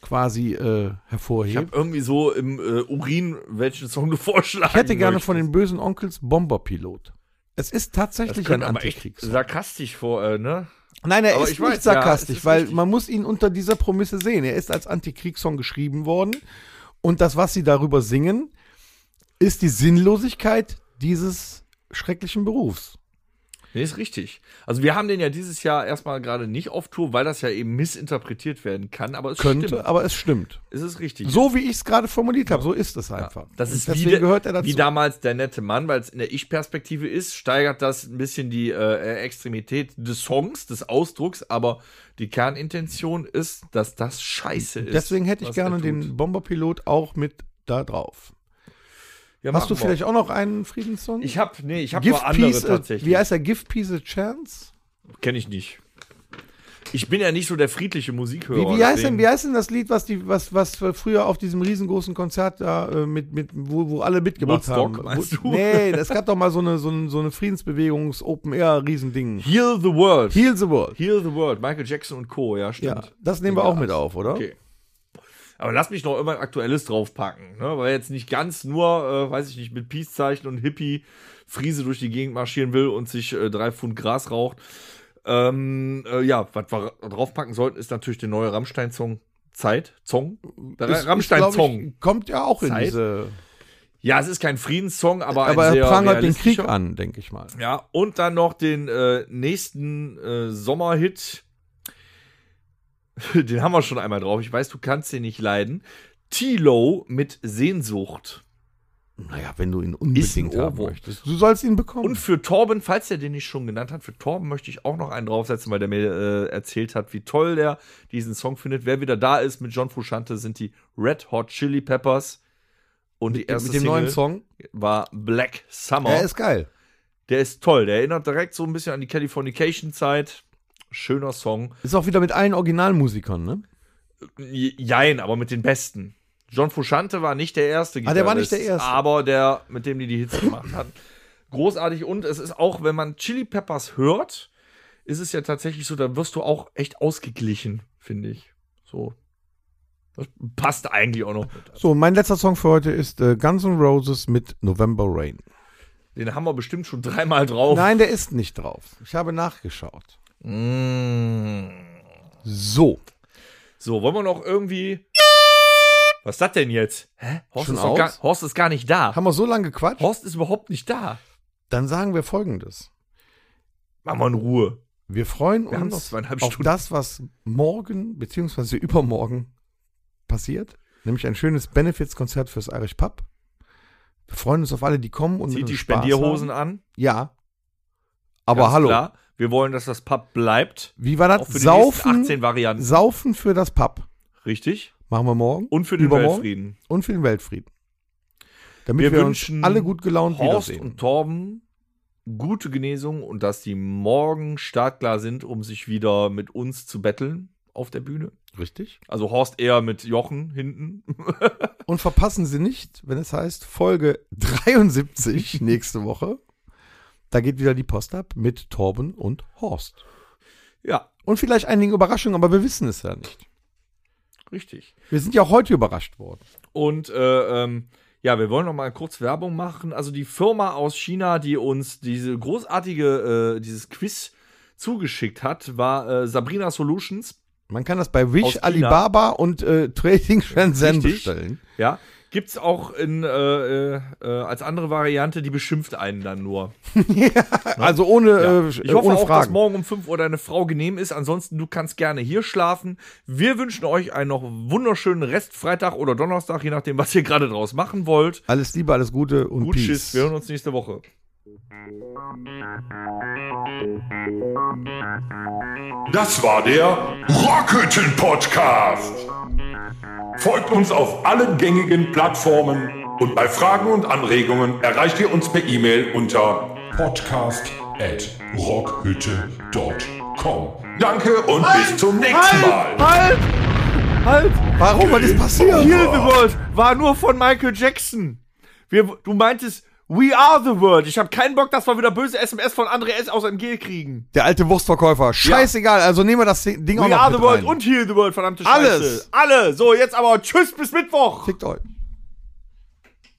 [SPEAKER 2] quasi äh,
[SPEAKER 3] Ich habe
[SPEAKER 2] hervorhebt.
[SPEAKER 3] irgendwie so im äh, Urin, welchen Song du vorschlagen
[SPEAKER 2] Ich hätte gerne
[SPEAKER 3] möchtest.
[SPEAKER 2] von den bösen Onkels Bomberpilot. Es ist
[SPEAKER 3] das
[SPEAKER 2] tatsächlich ein
[SPEAKER 3] könnte aber echt äh,
[SPEAKER 2] Antikriegssong.
[SPEAKER 3] sarkastisch vor, äh, ne?
[SPEAKER 2] Nein, er
[SPEAKER 3] Aber
[SPEAKER 2] ist
[SPEAKER 3] ich
[SPEAKER 2] nicht
[SPEAKER 3] weiß, ja,
[SPEAKER 2] sarkastisch,
[SPEAKER 3] es ist
[SPEAKER 2] weil
[SPEAKER 3] richtig.
[SPEAKER 2] man muss ihn unter dieser Prämisse sehen. Er ist als Antikriegssong geschrieben worden und das, was sie darüber singen, ist die Sinnlosigkeit dieses schrecklichen Berufs.
[SPEAKER 3] Nee, ist richtig. Also wir haben den ja dieses Jahr erstmal gerade nicht auf Tour, weil das ja eben missinterpretiert werden kann, aber es
[SPEAKER 2] Könnte,
[SPEAKER 3] stimmt.
[SPEAKER 2] aber es stimmt.
[SPEAKER 3] Es ist richtig.
[SPEAKER 2] So wie ich es gerade formuliert habe, so ist es einfach.
[SPEAKER 3] Das
[SPEAKER 2] Und
[SPEAKER 3] ist
[SPEAKER 2] deswegen
[SPEAKER 3] wie, der-
[SPEAKER 2] gehört er dazu.
[SPEAKER 3] wie damals der nette Mann, weil es in der Ich-Perspektive ist, steigert das ein bisschen die äh, Extremität des Songs, des Ausdrucks, aber die Kernintention ist, dass das scheiße ist.
[SPEAKER 2] deswegen hätte ich
[SPEAKER 3] was er
[SPEAKER 2] gerne
[SPEAKER 3] tut.
[SPEAKER 2] den Bomberpilot auch mit da drauf.
[SPEAKER 3] Ja,
[SPEAKER 2] Hast du
[SPEAKER 3] machen wir.
[SPEAKER 2] vielleicht auch noch einen Friedenssong?
[SPEAKER 3] Ich hab, nee, ich hab
[SPEAKER 2] Give
[SPEAKER 3] nur andere
[SPEAKER 2] Peace a-
[SPEAKER 3] tatsächlich.
[SPEAKER 2] Wie heißt der? Give Peace a Chance?
[SPEAKER 3] Kenne ich nicht. Ich bin ja nicht so der friedliche
[SPEAKER 2] Wie,
[SPEAKER 3] Musikhörer.
[SPEAKER 2] wie, heißt denn,
[SPEAKER 3] deswegen-
[SPEAKER 2] wie heißt denn das Lied, was, die, was, was wir früher auf diesem riesengroßen Konzert da äh, mit, mit, wo, wo alle mitgemacht
[SPEAKER 3] Woodstock,
[SPEAKER 2] haben?
[SPEAKER 3] meinst
[SPEAKER 2] Wo-
[SPEAKER 3] du?
[SPEAKER 2] Nee, es gab doch mal so eine, so eine, so eine Friedensbewegungs-Open-Air-Riesending.
[SPEAKER 3] Heal the World.
[SPEAKER 2] Heal the World.
[SPEAKER 3] Heal the World. Michael Jackson und Co. Ja, stimmt.
[SPEAKER 2] Ja, das nehmen wir auch mit auf, oder?
[SPEAKER 3] Okay. Aber lass mich noch immer ein aktuelles draufpacken, ne? weil jetzt nicht ganz nur, äh, weiß ich nicht, mit Peace-Zeichen und Hippie-Friese durch die Gegend marschieren will und sich äh, drei Pfund Gras raucht. Ähm, äh, ja, was wir draufpacken sollten, ist natürlich der neue Rammstein-Song. Zeit, Zong. Der
[SPEAKER 2] Ist- ist, glaub ich,
[SPEAKER 3] Rammstein-Song.
[SPEAKER 2] Kommt ja auch in
[SPEAKER 3] Zeit.
[SPEAKER 2] diese.
[SPEAKER 3] Ja, es ist kein Friedenssong, aber,
[SPEAKER 2] Aber
[SPEAKER 3] ein sehr
[SPEAKER 2] er prangert den Krieg
[SPEAKER 3] realistischer.
[SPEAKER 2] an, denke ich mal.
[SPEAKER 3] Ja, und dann noch den äh, nächsten äh, Sommerhit. Den haben wir schon einmal drauf. Ich weiß, du kannst den nicht leiden. Tilo mit Sehnsucht.
[SPEAKER 2] Naja, wenn du ihn
[SPEAKER 3] Ist
[SPEAKER 2] unbedingt
[SPEAKER 3] ein
[SPEAKER 2] haben
[SPEAKER 3] Ohrwurm.
[SPEAKER 2] möchtest. Du sollst ihn bekommen.
[SPEAKER 3] Und für Torben, falls er den nicht schon genannt hat, für Torben möchte ich auch noch einen draufsetzen, weil der mir äh, erzählt hat, wie toll der diesen Song findet. Wer wieder da ist mit John Frusciante, sind die Red Hot Chili Peppers. Und die erste
[SPEAKER 2] mit dem neuen Song.
[SPEAKER 3] Single war Black Summer.
[SPEAKER 2] Er ist geil.
[SPEAKER 3] der ist toll. Der erinnert direkt so ein bisschen an die Californication-Zeit. Schöner Song.
[SPEAKER 2] Ist auch wieder mit allen Originalmusikern, ne?
[SPEAKER 3] Je- Jein, aber mit den Besten. John Frusciante war nicht der erste
[SPEAKER 2] Ah, der war nicht der Erste.
[SPEAKER 3] Aber der, mit dem die die Hits gemacht hatten. Großartig. Und es ist auch, wenn man Chili Peppers hört, ist es ja tatsächlich so, da wirst du auch echt ausgeglichen, finde ich. So. Das passt eigentlich auch noch. Mit.
[SPEAKER 2] So, mein letzter Song für heute ist äh, Guns N' Roses mit November Rain.
[SPEAKER 3] Den haben wir bestimmt schon dreimal drauf.
[SPEAKER 2] Nein, der ist nicht drauf. Ich habe nachgeschaut.
[SPEAKER 3] Mm.
[SPEAKER 2] So.
[SPEAKER 3] So, wollen wir noch irgendwie. Was ist das denn jetzt? Hä? Horst,
[SPEAKER 2] Schon
[SPEAKER 3] ist, doch
[SPEAKER 2] aus?
[SPEAKER 3] gar, Horst ist gar nicht da.
[SPEAKER 2] Haben wir so lange gequatscht?
[SPEAKER 3] Horst ist überhaupt nicht da.
[SPEAKER 2] Dann sagen wir folgendes.
[SPEAKER 3] Machen wir in Ruhe.
[SPEAKER 2] Wir freuen
[SPEAKER 3] Wir haben noch
[SPEAKER 2] uns
[SPEAKER 3] zweieinhalb
[SPEAKER 2] auf
[SPEAKER 3] Stunden.
[SPEAKER 2] das, was morgen bzw. übermorgen passiert, nämlich ein schönes Benefits-Konzert fürs Irish Pub. Wir freuen uns auf alle, die kommen und
[SPEAKER 3] Zieht
[SPEAKER 2] mit
[SPEAKER 3] die
[SPEAKER 2] uns Spaß
[SPEAKER 3] Spendierhosen
[SPEAKER 2] haben.
[SPEAKER 3] an.
[SPEAKER 2] Ja. Aber
[SPEAKER 3] ganz
[SPEAKER 2] hallo,
[SPEAKER 3] Klar. Wir wollen, dass das Pub bleibt.
[SPEAKER 2] wie war
[SPEAKER 3] Auch
[SPEAKER 2] das?
[SPEAKER 3] für die nächsten
[SPEAKER 2] Saufen,
[SPEAKER 3] 18 Varianten.
[SPEAKER 2] Saufen für das Pub.
[SPEAKER 3] Richtig.
[SPEAKER 2] Machen wir morgen.
[SPEAKER 3] Und für den
[SPEAKER 2] Übermorgen.
[SPEAKER 3] Weltfrieden.
[SPEAKER 2] Und für den Weltfrieden. Damit
[SPEAKER 3] Wir
[SPEAKER 2] wir,
[SPEAKER 3] wünschen
[SPEAKER 2] uns alle gut gelaunt
[SPEAKER 3] Horst
[SPEAKER 2] wiedersehen.
[SPEAKER 3] und Torben, gute Genesung und dass die morgen startklar sind, um sich wieder mit uns zu betteln auf der Bühne.
[SPEAKER 2] Richtig.
[SPEAKER 3] Also Horst eher mit Jochen hinten.
[SPEAKER 2] Und verpassen Sie nicht, wenn es heißt Folge 73 nächste Woche. Da geht wieder die Post ab mit Torben und Horst.
[SPEAKER 3] ja,
[SPEAKER 2] Und vielleicht einige Überraschungen, aber wir wissen es ja nicht.
[SPEAKER 3] richtig.
[SPEAKER 2] Wir sind ja auch heute überrascht worden.
[SPEAKER 3] Und äh, ähm, ja, wir wollen noch mal kurz Werbung machen. Also die Firma aus China, die uns diese großartige, äh, dieses Quiz zugeschickt hat, war äh, Sabrina Solutions.
[SPEAKER 2] Man kann das bei
[SPEAKER 3] Aus
[SPEAKER 2] Wish,
[SPEAKER 3] China.
[SPEAKER 2] Alibaba und äh, Trading Shenzhen
[SPEAKER 3] Richtig.
[SPEAKER 2] bestellen.
[SPEAKER 3] Ja, gibt's auch in, äh, äh, äh, als andere Variante, die beschimpft einen dann nur.
[SPEAKER 2] Also ohne,
[SPEAKER 3] Ja.
[SPEAKER 2] äh,
[SPEAKER 3] Ich hoffe
[SPEAKER 2] ohne
[SPEAKER 3] auch, dass
[SPEAKER 2] Fragen.
[SPEAKER 3] morgen um 5 Uhr deine Frau genehm ist. Ansonsten, du kannst gerne hier schlafen. Wir wünschen euch einen noch wunderschönen Restfreitag oder Donnerstag, je nachdem, was ihr gerade draus machen wollt.
[SPEAKER 2] alles Liebe, alles Gute und
[SPEAKER 3] Gut,
[SPEAKER 2] Peace.
[SPEAKER 3] tschüss. Wir hören uns nächste Woche.
[SPEAKER 1] Das war der Rockhütten Podcast. Folgt uns auf allen gängigen Plattformen und bei Fragen und Anregungen erreicht ihr uns per E-Mail unter podcast at rockhütte.com. Danke und bis zum nächsten Mal.
[SPEAKER 3] Halt! Halt!
[SPEAKER 2] Warum? Was ist passiert?
[SPEAKER 3] Heal the World war nur von Michael Jackson. Wir, du meintest, We are the World. Ich habe keinen Bock, dass wir wieder böse SMS von André S. aus MG kriegen.
[SPEAKER 2] Der alte Wurstverkäufer. Scheißegal. Also nehmen wir das Ding auch
[SPEAKER 3] We
[SPEAKER 2] noch
[SPEAKER 3] are
[SPEAKER 2] mit
[SPEAKER 3] the World
[SPEAKER 2] rein.
[SPEAKER 3] und Heal the World, verdammte Scheiße.
[SPEAKER 2] Alles.
[SPEAKER 3] Alle. So, jetzt aber tschüss bis Mittwoch.
[SPEAKER 2] Fickt euch.